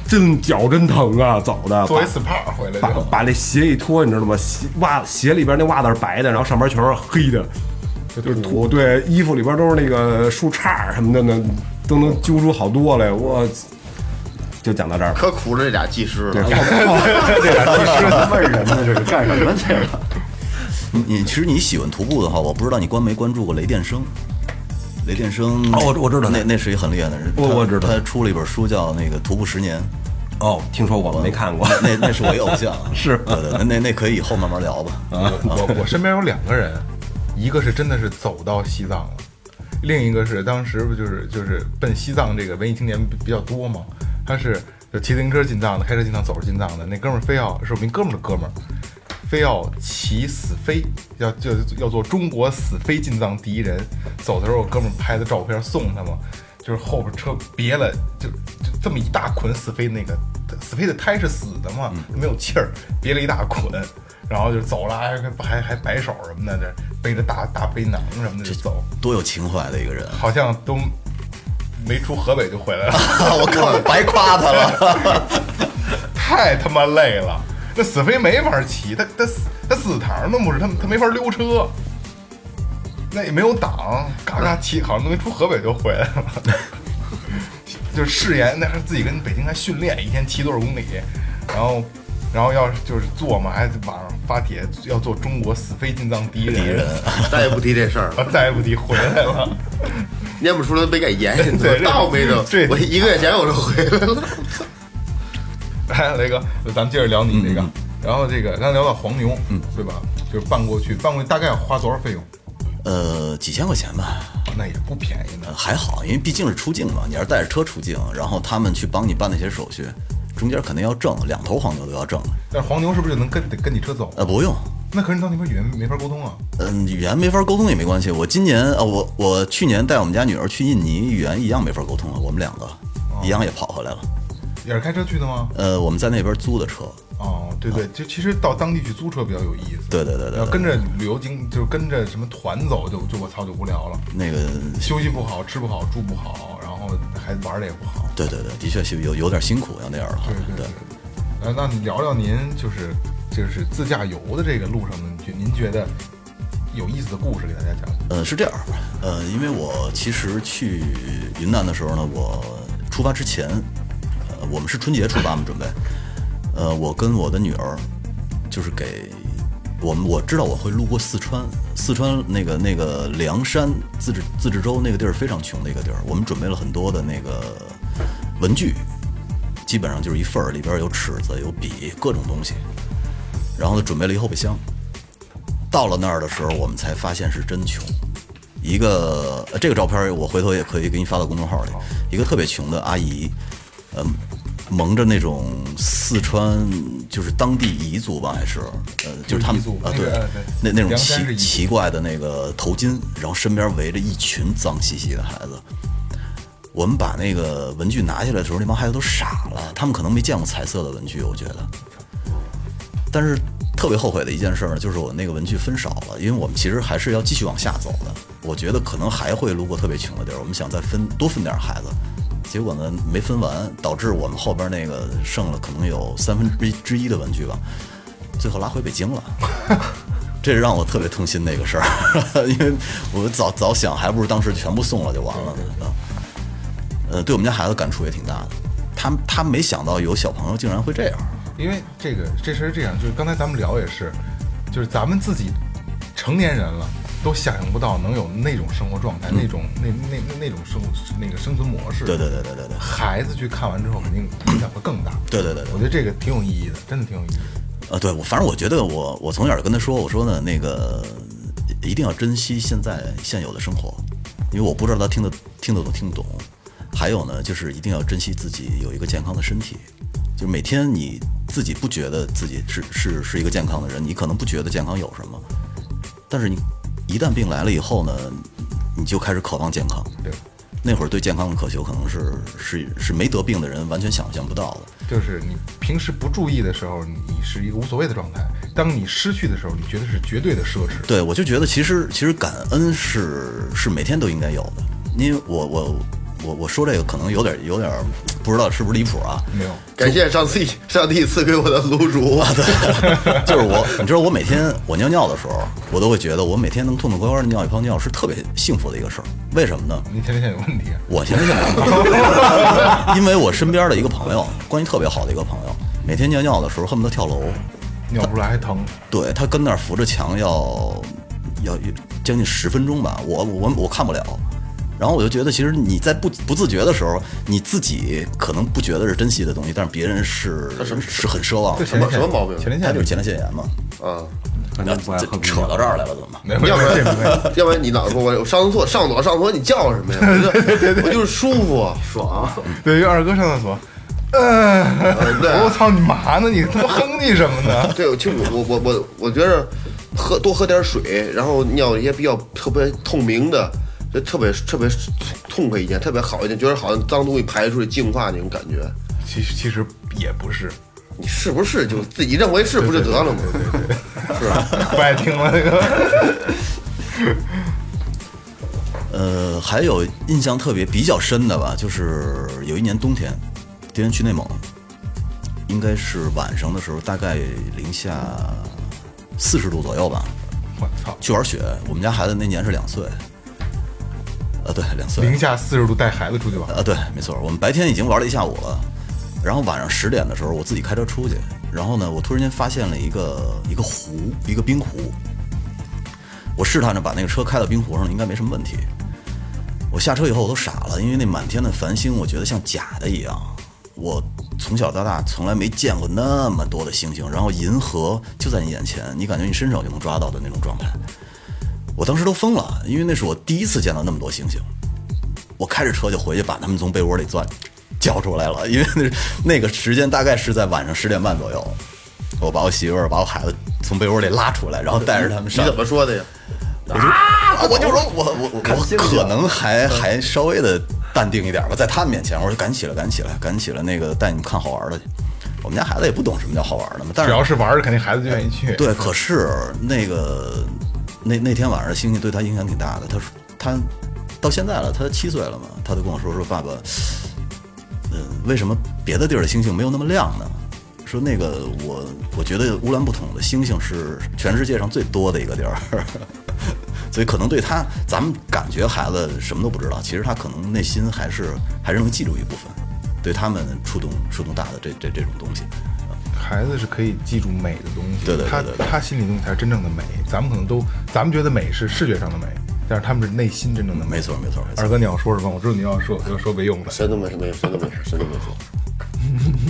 真脚真疼啊，走的作为把 SPA 回来把的，把那鞋一脱，你知道吗？鞋袜鞋里边那袜子是白的，然后上边全是黑的，就是土。对，衣服里边都是那个树杈什么的呢，都能揪出好多来。我就讲 到这儿吧。可苦了这俩技师了。味儿人呢？这个干什么去了？你你其实你喜欢徒步的话，我不知道你关没关注过雷电生。雷电生，哦我我知道他那那是一个很厉害的人，我他我知道他出了一本书叫那个《徒步十年》，哦，听说过，没看过。那那是我一偶像， 是啊对对，那那那可以以后慢慢聊吧。我我身边有两个人，一个是真的是走到西藏了，另一个是当时不就是就是奔西藏这个文艺青年比比较多嘛，他是就骑自行车进藏的，开车进藏，走着进藏的。那哥们儿非要是我们一哥们儿的哥们儿，非要骑死飞，要就要做中国死飞进藏第一人。走的时候，我哥们儿拍的照片送他嘛，就是后边车别了，就就这么一大捆死飞那个死飞的胎是死的嘛，没有气儿，别了一大捆。然后就走了，还还还摆手什么的，这背着大大背囊什么的就走，多有情怀的一个人， 好像都没出河北就回来了。我靠，白夸他了。太他妈累了。那死飞没法骑，他他死他死堂都不是，他他没法溜车，那也没有档，嘎嘎骑，好像没出河北就回来了。 就誓言，那是自己跟北京还训练，一天骑多少公里，然后然后要是就是做嘛，还网上发帖要做中国死飞进藏第一人，咱也不提这事儿了，我再也不提回来了。 念不出来没给严，对这倒霉着这。我一个月前我就回来了。来，雷哥，咱们接着聊你这个。然后这个刚才聊到黄牛，嗯，对吧？就是办过去，办过去大概要花多少费用？呃，几千块钱吧，那也不便宜呢。还好，因为毕竟是出境嘛，你要是带着车出境，然后他们去帮你办那些手续，中间肯定要挣，两头黄牛都要挣。但是黄牛是不是就能跟得跟你车走？呃，不用，那可是你到那边语言没法沟通啊。嗯，语言没法沟通也没关系。我今年呃，我我去年带我们家女儿去印尼，语言一样没法沟通了，我们两个哦一样也跑回来了。也是开车去的吗？呃，我们在那边租的车，哦，对对，就其实到当地去租车比较有意思。对对对对要对跟着旅游经，就是跟着什么团走，就就我操就无聊了，那个，休息不好，吃不好，住不好，然后还玩的也不好。对对对，的确是有有点辛苦，要那样的话对，对。呃，那你聊聊您就是就是自驾游的这个路上呢，你觉您觉得有意思的故事给大家讲？呃，是这样，呃，因为我其实去云南的时候呢，我出发之前，呃，我们是春节出发嘛，准备，呃，我跟我的女儿，就是给我们我知道我会路过四川，四川那个那个凉山自治自治州那个地儿非常穷的一个地儿，我们准备了很多的那个文具，基本上就是一份儿，里边儿有尺子、有笔，各种东西，然后呢，准备了一后备箱。到了那儿的时候，我们才发现是真穷。一个、呃这个照片我回头也可以给你发到公众号里。一个特别穷的阿姨，呃，蒙着那种四川就是当地彝族吧，还是呃，就是他们彝族啊，那对个呃，那对那种凉山是奇彝族奇怪的那个头巾，然后身边围着一群脏兮兮的孩子。我们把那个文具拿下来的时候，那帮孩子都傻了，他们可能没见过彩色的文具，我觉得。但是特别后悔的一件事呢，就是我那个文具分少了，因为我们其实还是要继续往下走的。我觉得可能还会路过特别穷的地儿，我们想再分多分点孩子，结果呢没分完，导致我们后边那个剩了可能有三分之一之一的文具吧， 最后拉回北京了。这是让我特别痛心的一个事儿，因为我早早想，还不如当时全部送了就完了呢。啊呃，对我们家孩子感触也挺大的，他他没想到有小朋友竟然会这样。因为这个这事儿是这样，就是刚才咱们聊也是，就是咱们自己成年人了，都想象不到能有那种生活状态，那种那那那那种生那个生存模式。对对对对对对。孩子去看完之后，肯定影响会更大。对对对对我觉得这个挺有意义的，真的挺有意义的。呃，对我，反正我觉得我我从小就跟他说，我说呢，那个一定要珍惜现在现有的生活，因为我不知道他听得听得懂听不懂。还有呢，就是一定要珍惜自己有一个健康的身体，就是每天你自己不觉得自己是是是一个健康的人，你可能不觉得健康有什么，但是你一旦病来了以后呢，你就开始渴望健康。对，那会儿对健康的渴求可能是是是没得病的人完全想象不到的。就是你平时不注意的时候，你是一个无所谓的状态；当你失去的时候，你觉得是绝对的奢侈。对，我就觉得其实其实感恩是是每天都应该有的，因为我我我我说这个可能有点有点不知道是不是离谱啊，没有，感谢上帝，上帝赐给我的卤煮。就是我，你知道我每天我尿尿的时候，我都会觉得我每天能痛痛快快的尿一泡尿是特别幸福的一个事儿，为什么呢？你前列腺有问题啊。我前列腺有，因为我身边的一个朋友，关系特别好的一个朋友，每天尿尿的时候恨不得跳楼，尿不出来还疼，对他跟那儿扶着墙要要要将近十分钟吧，我我我看不了。然后我就觉得，其实你在不不自觉的时候，你自己可能不觉得是珍惜的东西，但是别人是是很奢望这的。前列腺什么毛病前列他腺就是前列腺炎嘛。啊，大家然不后爱这喝扯到这儿来了，怎么？没问要不题，没问题。然要不然你老说我上厕所上厕所上厕所，你叫什么呀？我就我就是舒服啊爽。对，因为二哥上厕所，嗯、呃对我操你嘛呢？你他妈哼唧什么 呢？对，其实我我我我我觉着喝多喝点水，然后尿一些比较特别透明的，就特别特别痛快一点，特别好一点，觉得好像脏东西排出去净化那种感觉。其实其实也不是，你是不是就自己认为是不是得了嘛？是吧？ 不爱听了那个。呃，还有印象特别比较深的吧，就是有一年冬天，第一天去内蒙，应该是晚上的时候，大概零下四十度左右吧，我操，去玩雪。我们家孩子那年是两岁，呃，对，两岁，零下四十度带孩子出去玩，啊，对，没错，我们白天已经玩了一下午了，然后晚上十点的时候，我自己开车出去，然后呢，我突然间发现了一个一个湖，一个冰湖。我试探着把那个车开到冰湖上，应该没什么问题。我下车以后我都傻了，因为那满天的繁星，我觉得像假的一样。我从小到大从来没见过那么多的星星，然后银河就在你眼前，你感觉你伸手就能抓到的那种状态。我当时都疯了，因为那是我第一次见到那么多星星。我开着车就回去把他们从被窝里钻叫出来了，因为那是那个时间大概是在晚上十点半左右，我把我媳妇儿把我孩子从被窝里拉出来，然后带着他们你上。怎么说的呀？啊我就说我我我我啊可能还还稍微的淡定一点吧，在他们面前，我说赶紧起来，赶紧起来，赶紧起来，那个带你们看好玩的去。我们家孩子也不懂什么叫好玩的嘛，但只是要是玩儿，肯定孩子就愿意去。 对，可是那个那那天晚上的星星对他影响挺大的。他说他到现在了，他七岁了嘛，他就跟我说说爸爸，嗯，为什么别的地儿的星星没有那么亮呢？说那个我我觉得乌兰布统的星星是全世界上最多的一个地儿， 所以可能对他咱们感觉孩子什么都不知道，其实他可能内心还是还是能记住一部分，对他们触动触动大的这这这种东西。孩子是可以记住美的东西，对对对他对对他心里东西才是真正的美。咱们可能都，咱们觉得美是视觉上的美，但是他们是内心真正的美。没错没错没错二。哥，你要说什么？我知道你要说要说没用的。谁都没说，没谁都没说，谁都没说。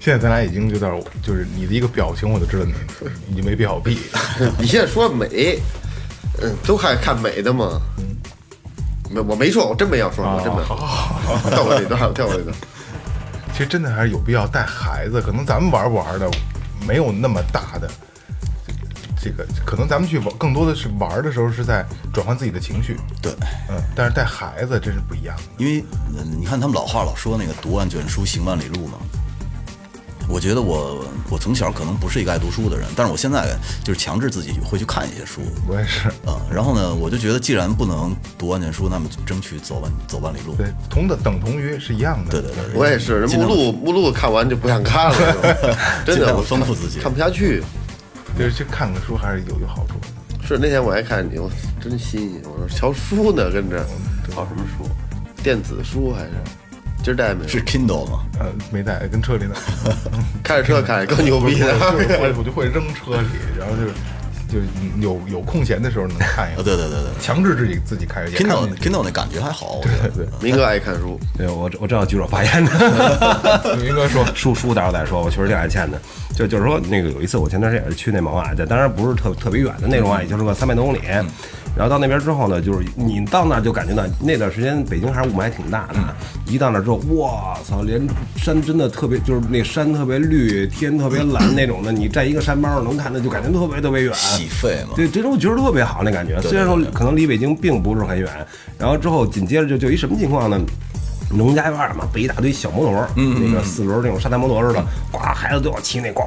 现在咱俩已经有点儿，就是你的一个表情，我就知道你你就没必要避。 你现在说美，嗯，都还看美的嘛。没，我没说，我真没要说，我真没。哦好好跳过这段，跳过这段。其实真的还是有必要带孩子，可能咱们玩不玩的没有那么大的这个，可能咱们去玩更多的是玩的时候是在转换自己的情绪，对，嗯，但是带孩子真是不一样的。因为呃你看他们老话老说那个“读万卷书，行万里路”嘛。我觉得我我从小可能不是一个爱读书的人，但是我现在就是强制自己会去看一些书我也是，啊、然后呢，我就觉得既然不能读万卷书，那么就争取走万走万里路。对，同的等同于是一样的。对对对我也是，人目录目录看完就不想看了，真尽的，量我丰富看自己看不下去。就是去看个书还是有有好处的。是那天我还看你，我真新鲜，我说瞧书呢，跟着考什么书？电子书还是今儿带没有？是 Kindle 嘛？呃，没带，跟车里呢。开着车看更牛逼我就的。会我就会扔车里，然后就是就是有有空闲的时候能看一啊，看，对对对对强制自己自己看也看不，Kindle 进去。 Kindle 那感觉还好，我觉得。啊明哥爱看书，对我我正要举手发言呢。明哥说，书书待会儿再说，我确实挺爱欠的。就就是说，那个有一次我前段时间也是去内蒙啊，这当然不是特特别远的那种啊，也就是个三百多公里。然后到那边之后呢，就是你到那儿就感觉到那段时间北京还是雾霾挺大的，一到那儿之后，我操，连山真的特别，就是那山特别绿，天特别蓝那种的，你站一个山包上能看的，就感觉特别特别远。洗肺嘛。对，这种我觉得特别好，那感觉。虽然说可能离北京并不是很远，然后之后紧接着就就一什么情况呢？农家院儿嘛，备一大堆小摩托，那个四轮儿那种沙滩摩托似的，呱，孩子都要骑那，呱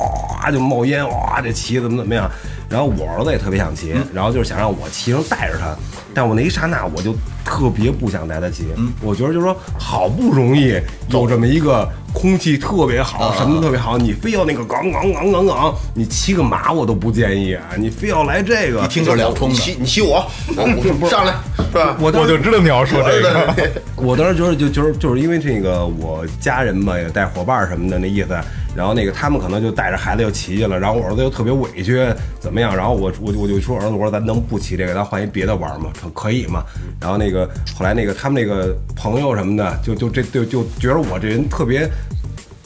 就冒烟，哇就骑怎么怎么样。然后我儿子也特别想骑，然后就是想让我骑上带着他，但我那一刹那我就特别不想带他骑，我觉得就是说好不容易有这么一个空气特别好，什么都特别好，你非要那个杠杠杠杠杠，你骑个马我都不建议啊，你非要来这个，一听就是两冲你的，骑你骑我，我我上来是吧？我当我时就知道你要说这个，我当时觉得就就是就是因为这个我家人吧也带伙伴什么的那意思，然后那个他们可能就带着孩子又骑去了，然后我儿子又特别委屈怎么样，然后我我我就说儿子我说咱能不骑这个，咱换一别的玩儿吗？他说可以吗？然后那个后来那个他们那个朋友什么的就就这就就觉得我这人特别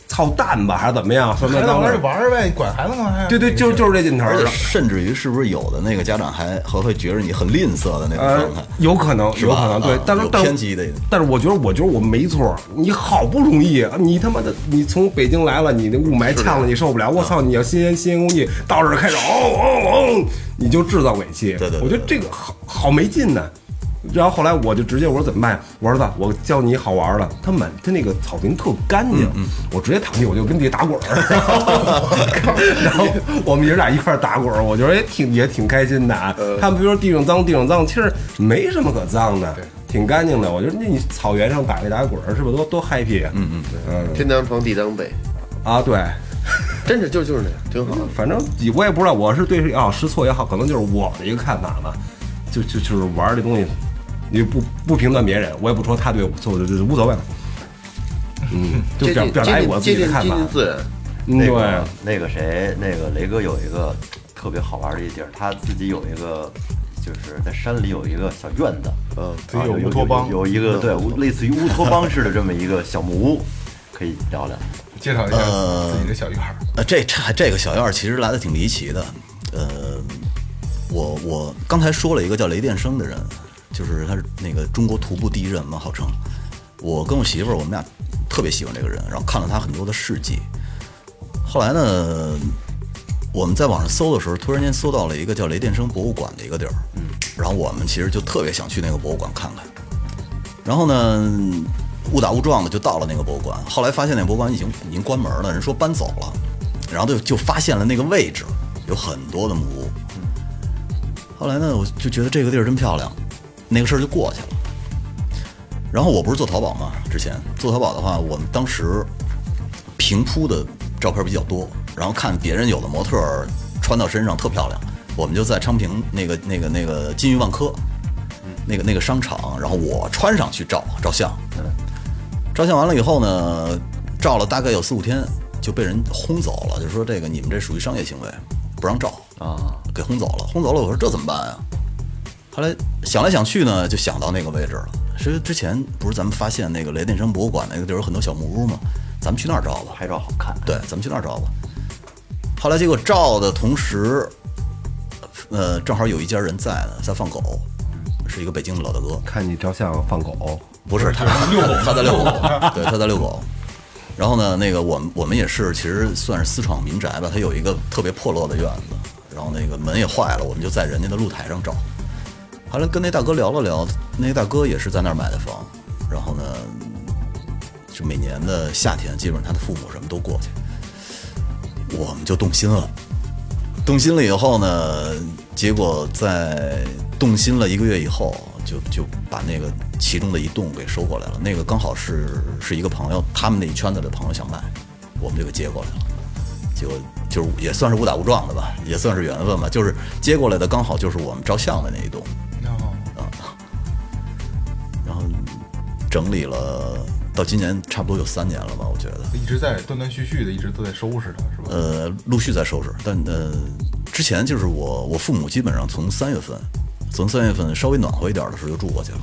操蛋吧还是怎么样，说那孩子当玩时就玩儿呗，你管孩子干嘛呀？对对就就是这劲头儿而且，甚至于是不是有的那个家长还还会觉着你很吝啬的那种呃状态？，有可能，是有吧可能，对啊，但是有但偏激的但是我觉得，我觉得我没错儿。你好不容易，啊你他妈的，你从北京来了，你的雾霾呛了，你受不了。我啊操！你要新鲜新鲜空气到这儿开始，嗡嗡嗡，你就制造尾气。对对对我觉得这个好好没劲呢。然后后来我就直接我说怎么办呀？我儿子，我教你好玩儿的。他满他那个草坪特干净，我直接躺地我就跟地打滚儿， 然后我们爷俩一块儿打滚儿，我觉得也挺也挺开心的啊。他们比如说地上脏地上脏，其实没什么可脏的，挺干净的。我觉得那你草原上打一打滚儿是不是多多 happy 啊？嗯嗯天当床地当被，啊对，真是就就是那样，挺好。反正我也不知道我是对是啊试错也好，可能就是我的一个看法吧。就就就是玩儿这东西，也不不评断别人，我也不说他对我错，我就就无所谓了。嗯，就接表近表达接我近自接己的近看接法。近自然，那嗯，对，个那个谁，那个雷哥有一个特别好玩的一地儿，他自己有一个就是在山里有一个小院子，嗯自己啊有有乌托邦嗯有有一个对乌类似于乌托邦似的这么一个小木屋，可以聊聊。介绍一下自己的小院儿。呃，这这这个小院儿其实来的挺离奇的。呃，我我刚才说了一个叫雷电生的人，就是他是那个中国徒步第一人嘛，号称。我跟我媳妇儿，我们俩特别喜欢这个人，然后看了他很多的事迹。后来呢，我们在网上搜的时候，突然间搜到了一个叫雷电生博物馆的一个地儿，嗯，然后我们其实就特别想去那个博物馆看看。然后呢，误打误撞的就到了那个博物馆。后来发现那博物馆已经已经关门了，人说搬走了，然后就就发现了那个位置有很多的木屋。后来呢，我就觉得这个地儿真漂亮，那个事儿就过去了。然后我不是做淘宝嘛，之前做淘宝的话，我们当时平铺的照片比较多，然后看别人有的模特儿穿到身上特漂亮，我们就在昌平那个那个那个金域万科，那个那个商场，然后我穿上去照照相，照相完了以后呢，照了大概有四五天，就被人轰走了，就说这个你们这属于商业行为，不让照啊，给轰走了，轰走了，我说这怎么办啊？后来想来想去呢，就想到那个位置了。其实之前不是咱们发现那个雷电山博物馆那个地儿有很多小木屋吗？咱们去那儿照吧。拍照好看。对，咱们去那儿照吧。后来结果照的同时，呃，正好有一家人在呢，在放狗，嗯是一个北京的老大哥，看你照相放狗，不是他遛狗， 他在遛狗，对，他在遛狗。然后呢，那个我们我们也是，其实算是私闯民宅吧，他有一个特别破落的院子，然后那个门也坏了，我们就在人家的露台上照。后来跟那大哥聊了聊，那大哥也是在那儿买的房，然后呢，就每年的夏天，基本上他的父母什么都过去，我们就动心了。动心了以后呢，结果在动心了一个月以后，就就把那个其中的一栋给收过来了。那个刚好是是一个朋友，他们那一圈子的朋友想卖，我们就给接过来了。结果就是也算是误打误撞的吧，也算是缘分吧。就是接过来的刚好就是我们照相的那一栋，啊哦然后整理了到今年差不多有三年了吧，我觉得。一直在断断续续的，一直都在收拾它，是吧？呃，陆续在收拾，但呃，之前就是我我父母基本上从三月份，从三月份稍微暖和一点的时候就住过去了，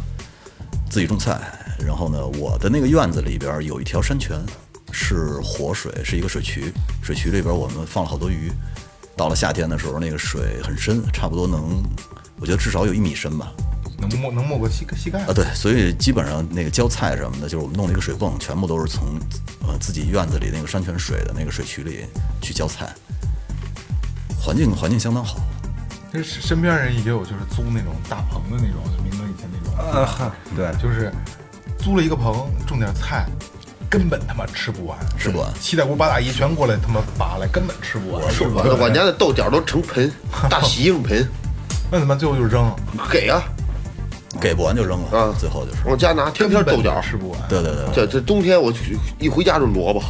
自己种菜。然后呢，我的那个院子里边有一条山泉，是活水，是一个水渠，水渠里边我们放了好多鱼。到了夏天的时候，那个水很深，差不多能，我觉得至少有一米深吧。能没能没过膝盖膝盖啊，。对，所以基本上那个浇菜什么的，就是我们弄了一个水泵，全部都是从呃自己院子里那个山泉水的那个水渠里去浇菜，环境环境相当好。但呃是身边人也有就是租那种大棚的那种，就明哥以前那呃种，啊哈对就是租了一个棚，种点菜，根本他妈吃不完，吃不完七大姑八大姨全过来他妈拔来，根本吃不完，吃不我我家的豆角都成盆，大洗浴盆，那他妈最后就是扔，给啊！给不完就扔了，啊最后就是，往家拿，天根天本豆角。吃不完。对对对，对这这冬天我去一回家就萝卜，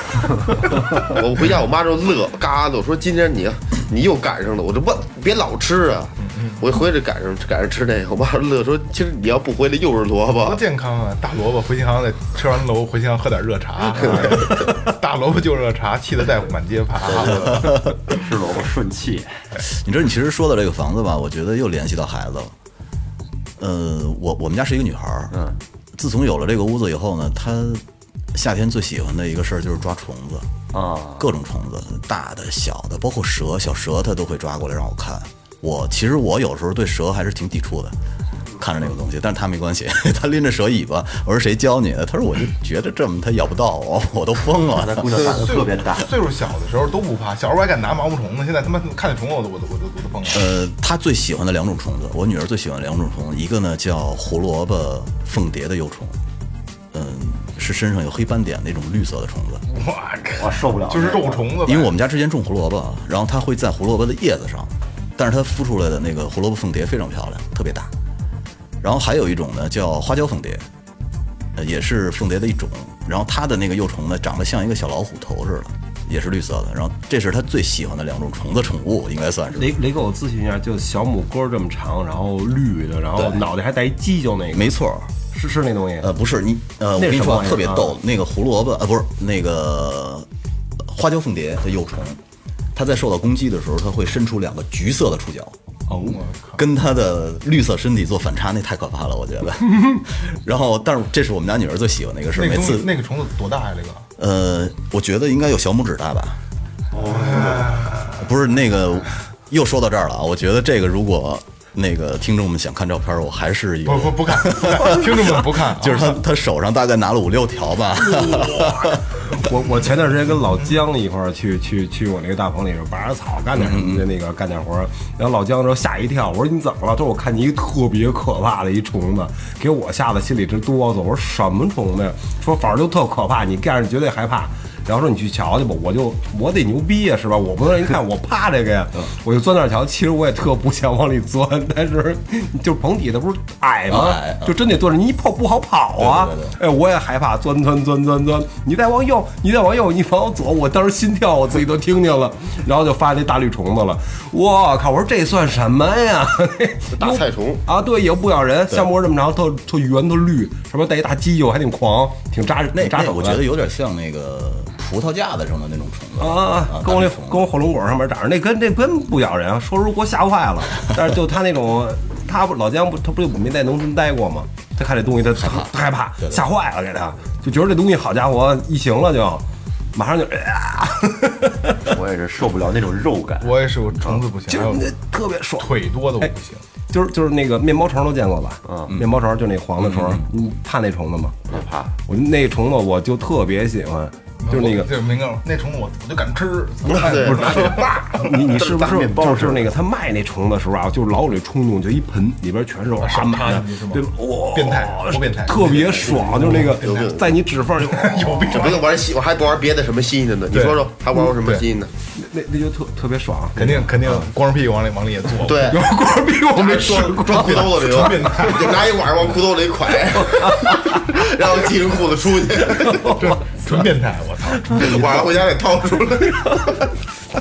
我回家我妈就乐嘎的，我说今天你啊你又赶上了，我这不别老吃啊，嗯我一回去赶上赶上吃那个，我妈乐说其实你要不回来又是萝多卜，健康啊！大萝卜回新行得吃完楼回新行喝点热 茶，大萝卜就热茶，气得大夫满街爬。吃萝卜顺气，你知道你其实说到这个房子吧，我觉得又联系到孩子了。呃，我我们家是一个女孩儿，嗯，自从有了这个屋子以后呢，她夏天最喜欢的一个事儿就是抓虫子，啊，各种虫子，大的、小的，包括蛇，小蛇它都会抓过来让我看。我其实我有时候对蛇还是挺抵触的，看着那个东西，但是它没关系， 它拎着蛇尾巴，我说谁教你的？他说我就觉得这么它咬不到我，我都疯了。那姑娘胆子特别大，岁数小的时候都不怕，小时候还敢拿毛毛虫呢，现在他妈看见虫子我都我都我都我都疯了。呃，她最喜欢的两种虫子，我女儿最喜欢的两种虫子，一个呢叫胡萝卜凤蝶的幼虫，嗯，是身上有黑斑点那种绿色的虫子。我靠，嗯我受不了，就是肉虫子呗，因为我们家之前种胡萝卜，啊然后它会在胡萝卜的叶子上，但是它孵出来的那个胡萝卜凤蝶非常漂亮，特别大。然后还有一种呢叫花椒凤蝶，呃也是凤蝶的一种。然后它的那个幼虫呢，长得像一个小老虎头似的，也是绿色的。然后这是它最喜欢的两种虫子宠物，应该算是。雷雷哥，我咨询一下，就小母沟这么长，然后绿的，然后对脑袋还带一犄角那个，没错儿，是是那东西。呃，不是你，呃，我那跟你什么说玩意儿特别啊逗，那个胡萝卜，呃，不是那个花椒凤蝶的幼虫，它在受到攻击的时候，它会伸出两个橘色的触角。哦，跟它的绿色身体做反差，那太可怕了，我觉 得。然后，但是这是我们家女儿最喜欢的一个事儿，那个每东西次那个虫子多大呀？这个呃，我觉得应该有小拇指大吧。哦， 不是那个，又说到这儿了啊！我觉得这个如果那个听众们想看照片，我还是有不，不不看，不看听众们不看啊，就是 他他手上大概拿了五六条吧。嗯 我我前段时间跟老姜一块儿去去去我那个大棚里边拔拔草，干点什么的那个干点活儿，然后老姜说吓一跳，我说你怎么了？他说我看见一个特别可怕的一虫子，给我吓得心里直哆嗦。我说什么虫子呀？说反正就特可怕，你看着绝对害怕。然后说你去瞧去吧，我就我得牛逼呀，是吧？我不能让人看我怕这个呀，嗯我就钻那儿瞧。其实我也特不想往里钻，但是就棚底它不是矮吗？矮嗯就真得坐着，你一跑不好跑啊。哎，我也害怕，钻钻钻钻钻，你再往右，你再往右，你往左，我当时心跳我自己都听见了，然后就发现那大绿虫子了，我靠！我说这算什么呀？ 大菜虫啊，对，也不咬人，像摸这么长，特特圆，特绿，上面带一大犄角，还挺狂，挺扎人， 那挺扎那手我的觉得有点像那个葡萄架子上的那种虫子啊，跟我那跟我火龙果上面长着，那根这根不咬人啊，说如果吓坏了。但是就他那种，他不老姜不，他不就没在农村待过吗？他看这东西，他害怕，害怕，吓坏了，给他就觉得这东西好家伙，一行了就，马上就，哎呀，我也是受不了那种肉感，我也是，我虫子不行，就还是有那哎特别爽。腿多的我不行。就是就是那个面包虫都见过吧？面包虫就那黄的虫，你怕那虫子吗？我怕。我那虫子我就特别喜欢，就是那个就是明哥，那虫子我我就敢吃，对不是大，你你是不大是面包就似是的那个他卖那虫的时候啊，就是老有这冲动，就一盆里边全是肉，手啊满插的进去是吗，对吧，哇，变态多变态特别爽，就是那个在你指缝里，有我不用玩新，我还不玩别的什么新的呢？你对说说还玩过什么新的？那那就特特别爽，肯定肯定光着屁股往里往里也坐。对，有果比我没吃装过，装裤兜子里头装变 态，就拿一碗往裤兜里蒯， 然后系上裤子出去，这纯变态，我操！晚上回家得掏出来。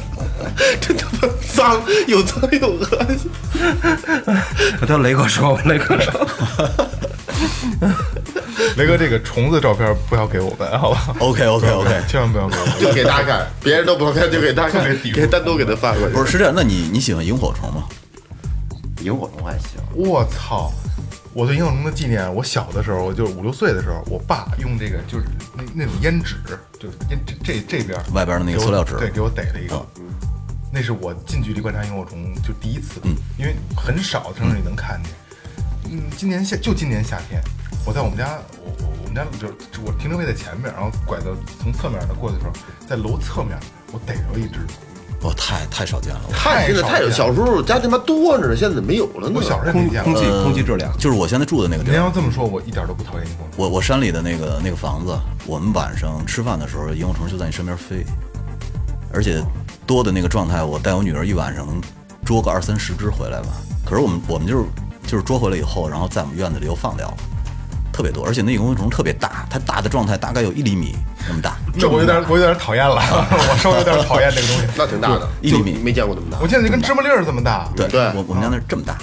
真他妈脏，又脏又恶心。 他雷哥说，雷哥说，雷哥，这个虫子照片不要给我们，好吧 OK OK OK，千万不要给我们。就给他看，别人都不看，就给他看，给单独给他发过去。不是是这样？那你你喜欢萤火虫吗？萤火虫还行，我操！我对萤火虫的纪念，我小的时候，我就是五六岁的时候，我爸用这个就是那那种烟纸，就是烟这这这边外边的那给个我塑料纸嗯对，给我逮了一个。那嗯是我近距离观察萤火虫就第一次，因为很少在城市里能看见。嗯今年夏就今年夏天，我在我们家我我我们家就就我停车位在前面，然后拐到从侧面的过去的时候，在楼侧面我逮着一只，我哦太太少见了。我太现在太有，少见小了时候家他妈多着呢，现在没有了呢。我小时候也空没见空过。气空气质量，就是我现在住的那个地您儿，要这么说，我一点都不讨厌萤火虫。我我山里的那个那个房子，我们晚上吃饭的时候，萤火虫就在你身边飞，而且多的那个状态，我带我女儿一晚上能捉个二三十只回来吧。可是我们我们就是就是捉回来以后，然后在我们院子里又放掉了，特别多，而且那萤火虫特别大，它大的状态大概有一厘米那么大。这我有点我有点讨厌了， 我稍微有点讨厌这个东西。那挺大的，一厘米就没见过这么大我。现在就跟芝麻粒儿这么大，对，对我我们家那儿这么大，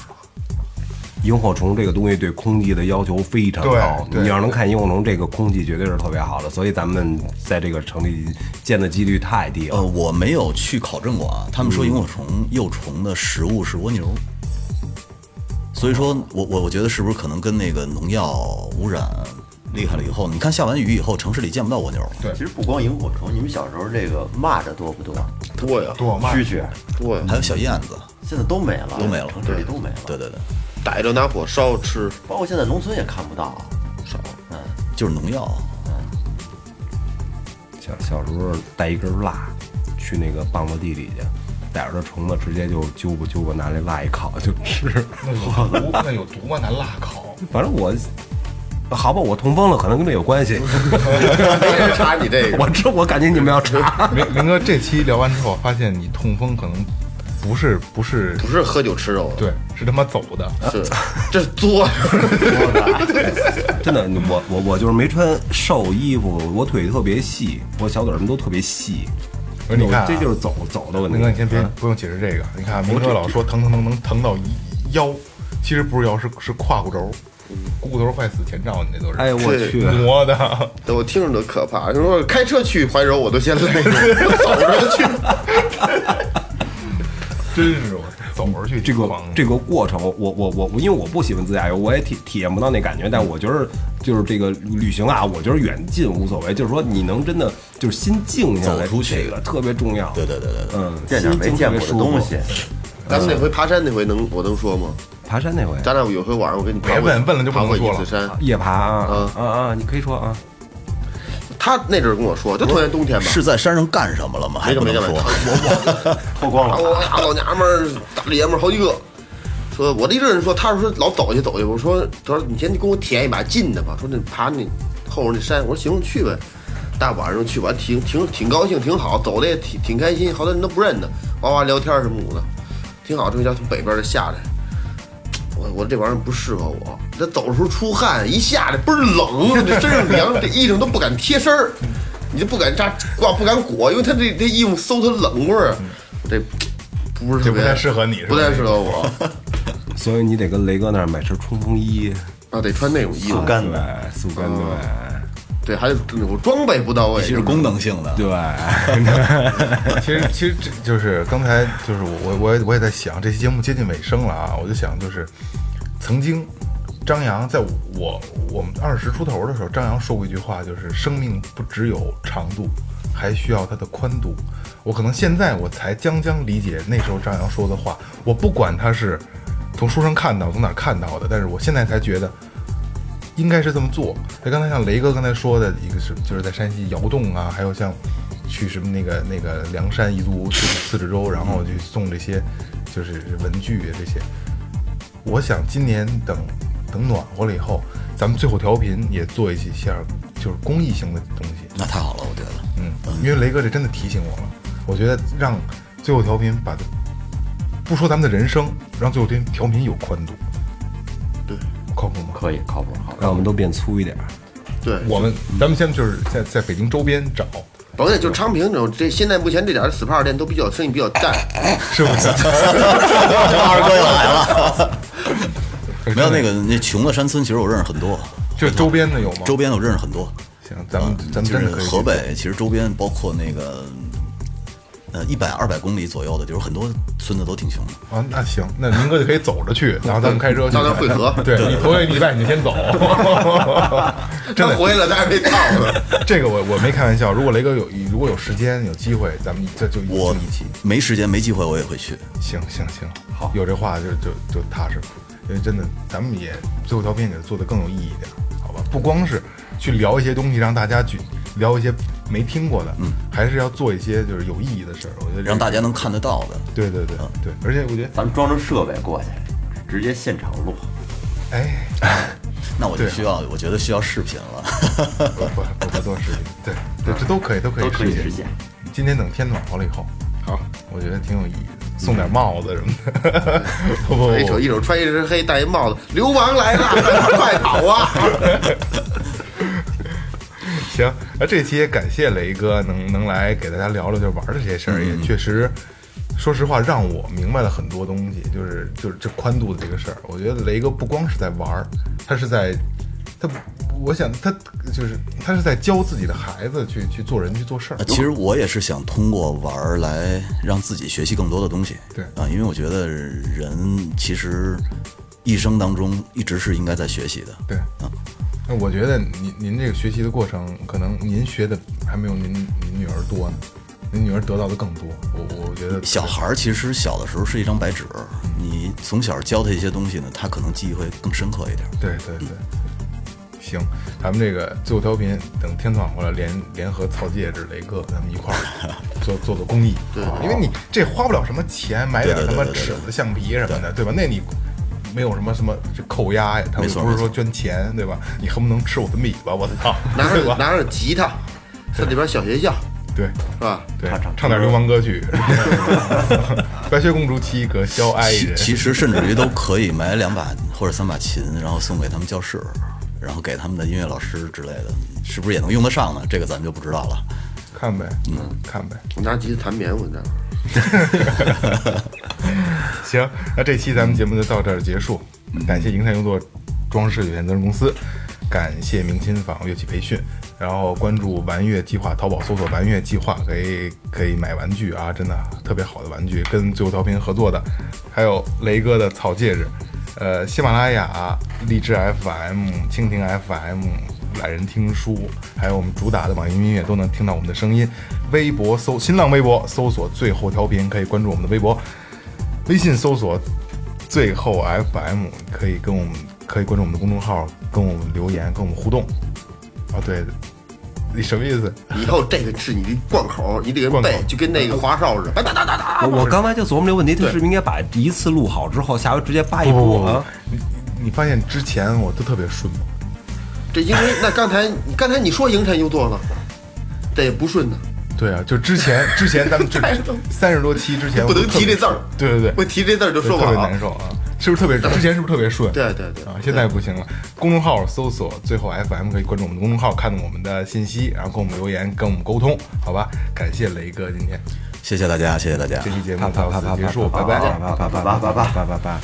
萤火虫这个东西对空气的要求非常高。对对你要是能看萤火虫，这个空气绝对是特别好的，所以咱们在这个城里见的几率太低了。呃，我没有去考证过啊。他们说萤火虫幼虫的食物是蜗牛，所以说我我我觉得是不是可能跟那个农药污染厉害了以后，你看下完雨以后，城市里见不到蜗牛了。对其实不光萤火虫，你们小时候这个蚂蚱多不多？多呀，多嘛？蛐蛐多呀，还有小燕子，现在都没了，都没了城市里都没了。对，对对，逮着拿火烧吃，包括现在农村也看不到。就是农药。小小时候带一根蜡去那个棒子地里去，逮着这虫子直接就揪吧揪吧，拿那蜡一烤就吃。那有 毒，那有毒吗？咱辣烤。反正我，好吧，我痛风了，可能跟这有关系。 没人查你这个。我这我感觉你们要查。 明明哥，这期聊完之后，发现你痛风可能不是不是，不是喝酒吃肉，啊对，是他妈走的。是这是作。 真的，我我我就是没穿瘦衣服，我腿特别细，我小腿儿什么都特别细。我说你看啊这就是走走的问明哥，你题。先别不用解释这个。你看啊，明哥老说疼疼疼能疼到腰，其实不是腰，是是胯骨轴，股骨头坏死前兆，你这都嗯哎是呦我去，磨的。对我听着都可怕。你说开车去怀柔，我都嫌累，我走着去。真是我走着去这个狂这个过程，我我我我，因为我不喜欢自驾游，我也体体验不到那感觉。但我觉得就是这个旅行啊，我觉得远近无所谓，就是说你能真的就是心静下来，走出去这个特别重要。对对对对对，嗯，见点没心静见特别过的舒服东西。咱们那回爬山那回能我能说吗？爬山那回咱俩有回晚上我跟你爬别过问问了就不爬能过说了一次山。夜爬啊啊啊！你可以说啊，他那阵儿跟我说，就特别冬天吧，是在山上干什么了吗？还没不没能没没，说。我脱光我了，我俩老娘们儿大老爷们儿好几个。说我这一阵人说，他说老走去走去，我说他说你先给我体验一把近的吧，说那爬那后边那山，我说行去呗，大晚上去吧，挺挺挺高兴，挺好，走的也挺挺开心，好多人都不认得，哇哇聊天什么的，挺好。这回家从北边儿下来，我我这玩意儿不适合我，这走的时候出汗，一下来倍儿冷，这身上凉，这衣裳都不敢贴身儿，你就不敢扎挂，不敢裹，因为他这这衣服馊，它冷味儿，我这不是嗯特就不别太适合你是吧不太适合我，所以你得跟雷哥那儿买身冲锋衣，啊，得穿那种衣服速，干对的，，速干对对，还得那种装备不到位，其实功能性的，对，其实其实这就是刚才就是我我我也我也在想，这期节目接近尾声了啊，我就想就是曾经张扬在我我们二十出头的时候，张扬说过一句话，就是生命不只有长度，还需要它的宽度。我可能现在我才将将理解那时候张扬说的话，我不管他是从书上看到从哪儿看到的，但是我现在才觉得应该是这么做。那刚才像雷哥刚才说的一个是，就是在山西窑洞啊，还有像去什么那个那个梁山彝族自自治州，然后去送这些就是文具啊这些。我想今年等等暖和了以后，咱们最后调频也做一些下就是公益性的东西。那太好了，我觉得。嗯，因为雷哥这真的提醒我了，我觉得让最后调频把它不说咱们的人生，让最后调频调频有宽度，对靠谱吗？可以靠谱，靠谱。 让我们都变粗一点儿。对，我们咱们现在就是在在北京周边找，甭管就是昌平这种，这现在目前这点儿 SPA 店都比较生意比较淡，是不是？二哥又来了，没 没有那个那穷的山村，其实我认识很多， 就是周边的有吗？周边我认识很多。行，咱们嗯咱们啊就真是的可以去河北，其实周边包括那个呃一百二百公里左右的，就是很多村子都挺穷的。啊，那行，那明哥就可以走着 去，然后咱们开车去到那儿汇合 对你头一礼拜你就先走，真他的。回来了，但是没到呢。这个我我没开玩笑，如果雷哥有如果有时间有机会，咱们这就一我起一起。没时间没机会，我也会去。行行行，好，有这话就就就踏实了。所以真的，咱们也最后调频也给它做得更有意义一点，好吧？不光是去聊一些东西，让大家去聊一些没听过的，嗯，还是要做一些就是有意义的事儿。我觉得这让大家能看得到的。对对对对，而且我觉得，咱们装着设备过去，直接现场录。哎，那我就对啊需要，我觉得需要视 频了。不不不不做视频，对对，这都可以，都可以都可以实实现。今天等天暖和了以后，好，我觉得挺有意义的，送点帽子什么的。不不一手不，一手穿一身黑，戴一帽子，流氓来了，快跑啊！行，那这期也感谢雷哥能能来给大家聊聊就玩的这些事嗯儿，也确实。说实话，让我明白了很多东西，就是就是这宽度的这个事儿。我觉得雷哥不光是在玩儿，他是在他，我想他就是他是在教自己的孩子去去做人去做事儿呃。其实我也是想通过玩儿来让自己学习更多的东西。对啊，因为我觉得人其实一生当中一直是应该在学习的。对，那我觉得您您这个学习的过程，可能您学的还没有您您女儿多呢，您女儿得到的更多。我我觉得小孩儿其实小的时候是一张白纸，你从小教他一些东西呢，他可能记忆会更深刻一点。对对对，行，咱们这个最后调频，等天暖和了，联联合草戒指、雷哥咱们一块 儿做做做公益，对，因为你这花不了什么钱，买点对什对对么对对尺子、橡皮什么的，对吧？那你。没有什么什么这扣押呀，他们没错啊不是没说捐钱对吧？你恨不能吃我的米吧？我操，拿对着吧？拿着吉他，在里边小学校对，是吧？对唱唱，唱点流氓歌 曲，白雪公主七个小矮其人，其实甚至于都可以买两把 或者三把琴，然后送给他们教室，然后给他们的音乐老师之类的，是不是也能用得上呢？这个咱们就不知道了。看呗，嗯，看呗。我拿吉他弹棉花，你知道吗？行，那这期咱们节目就到这儿结束，感谢银泰用作装饰有限责任公司，感谢明琴坊乐器培训，然后关注玩乐计划，淘宝搜索玩乐计划可以可以买玩具啊，真的特别好的玩具，跟最后调频合作的，还有雷哥的草戒指，呃，喜马拉雅、荔枝 FM、蜻蜓 FM。懒人听书，还有我们主打的网易云音乐都能听到我们的声音。微博搜新浪微博搜索最后调频，可以关注我们的微博。微信搜索“最后 FM”，可以跟我们可以关注我们的公众号，跟我们留言，跟我们互动。啊，对，你什么意思？以后这个是你的贯口，你得给贯口嗯背，就跟那个花哨似的。哎哒哒哒哒，我我刚才就琢磨这问题，他是不是应该把一次录好之后，下回直接扒一不部不不啊？，哎你你发现之前我都特别顺吗？这因为那刚才你刚才你说迎山又做了，这也不顺呢。对啊，就之前 之前咱们这三十多期之前不我都能特别提这字儿对对对，我提这字儿就对说不特别好难。受啊，是不是特别之前是不是特别顺？对对对啊，现在不行了。公众号搜索最后 FM 可以关注我们的公众号，看到我们的信息，然后跟我们留言，跟我们沟通，好吧？感谢雷哥今天谢谢大家，谢谢大家。这期节目啪啪到啪啪此啪结束，啪拜拜。啪啪啪啪啪啪啪啪啪。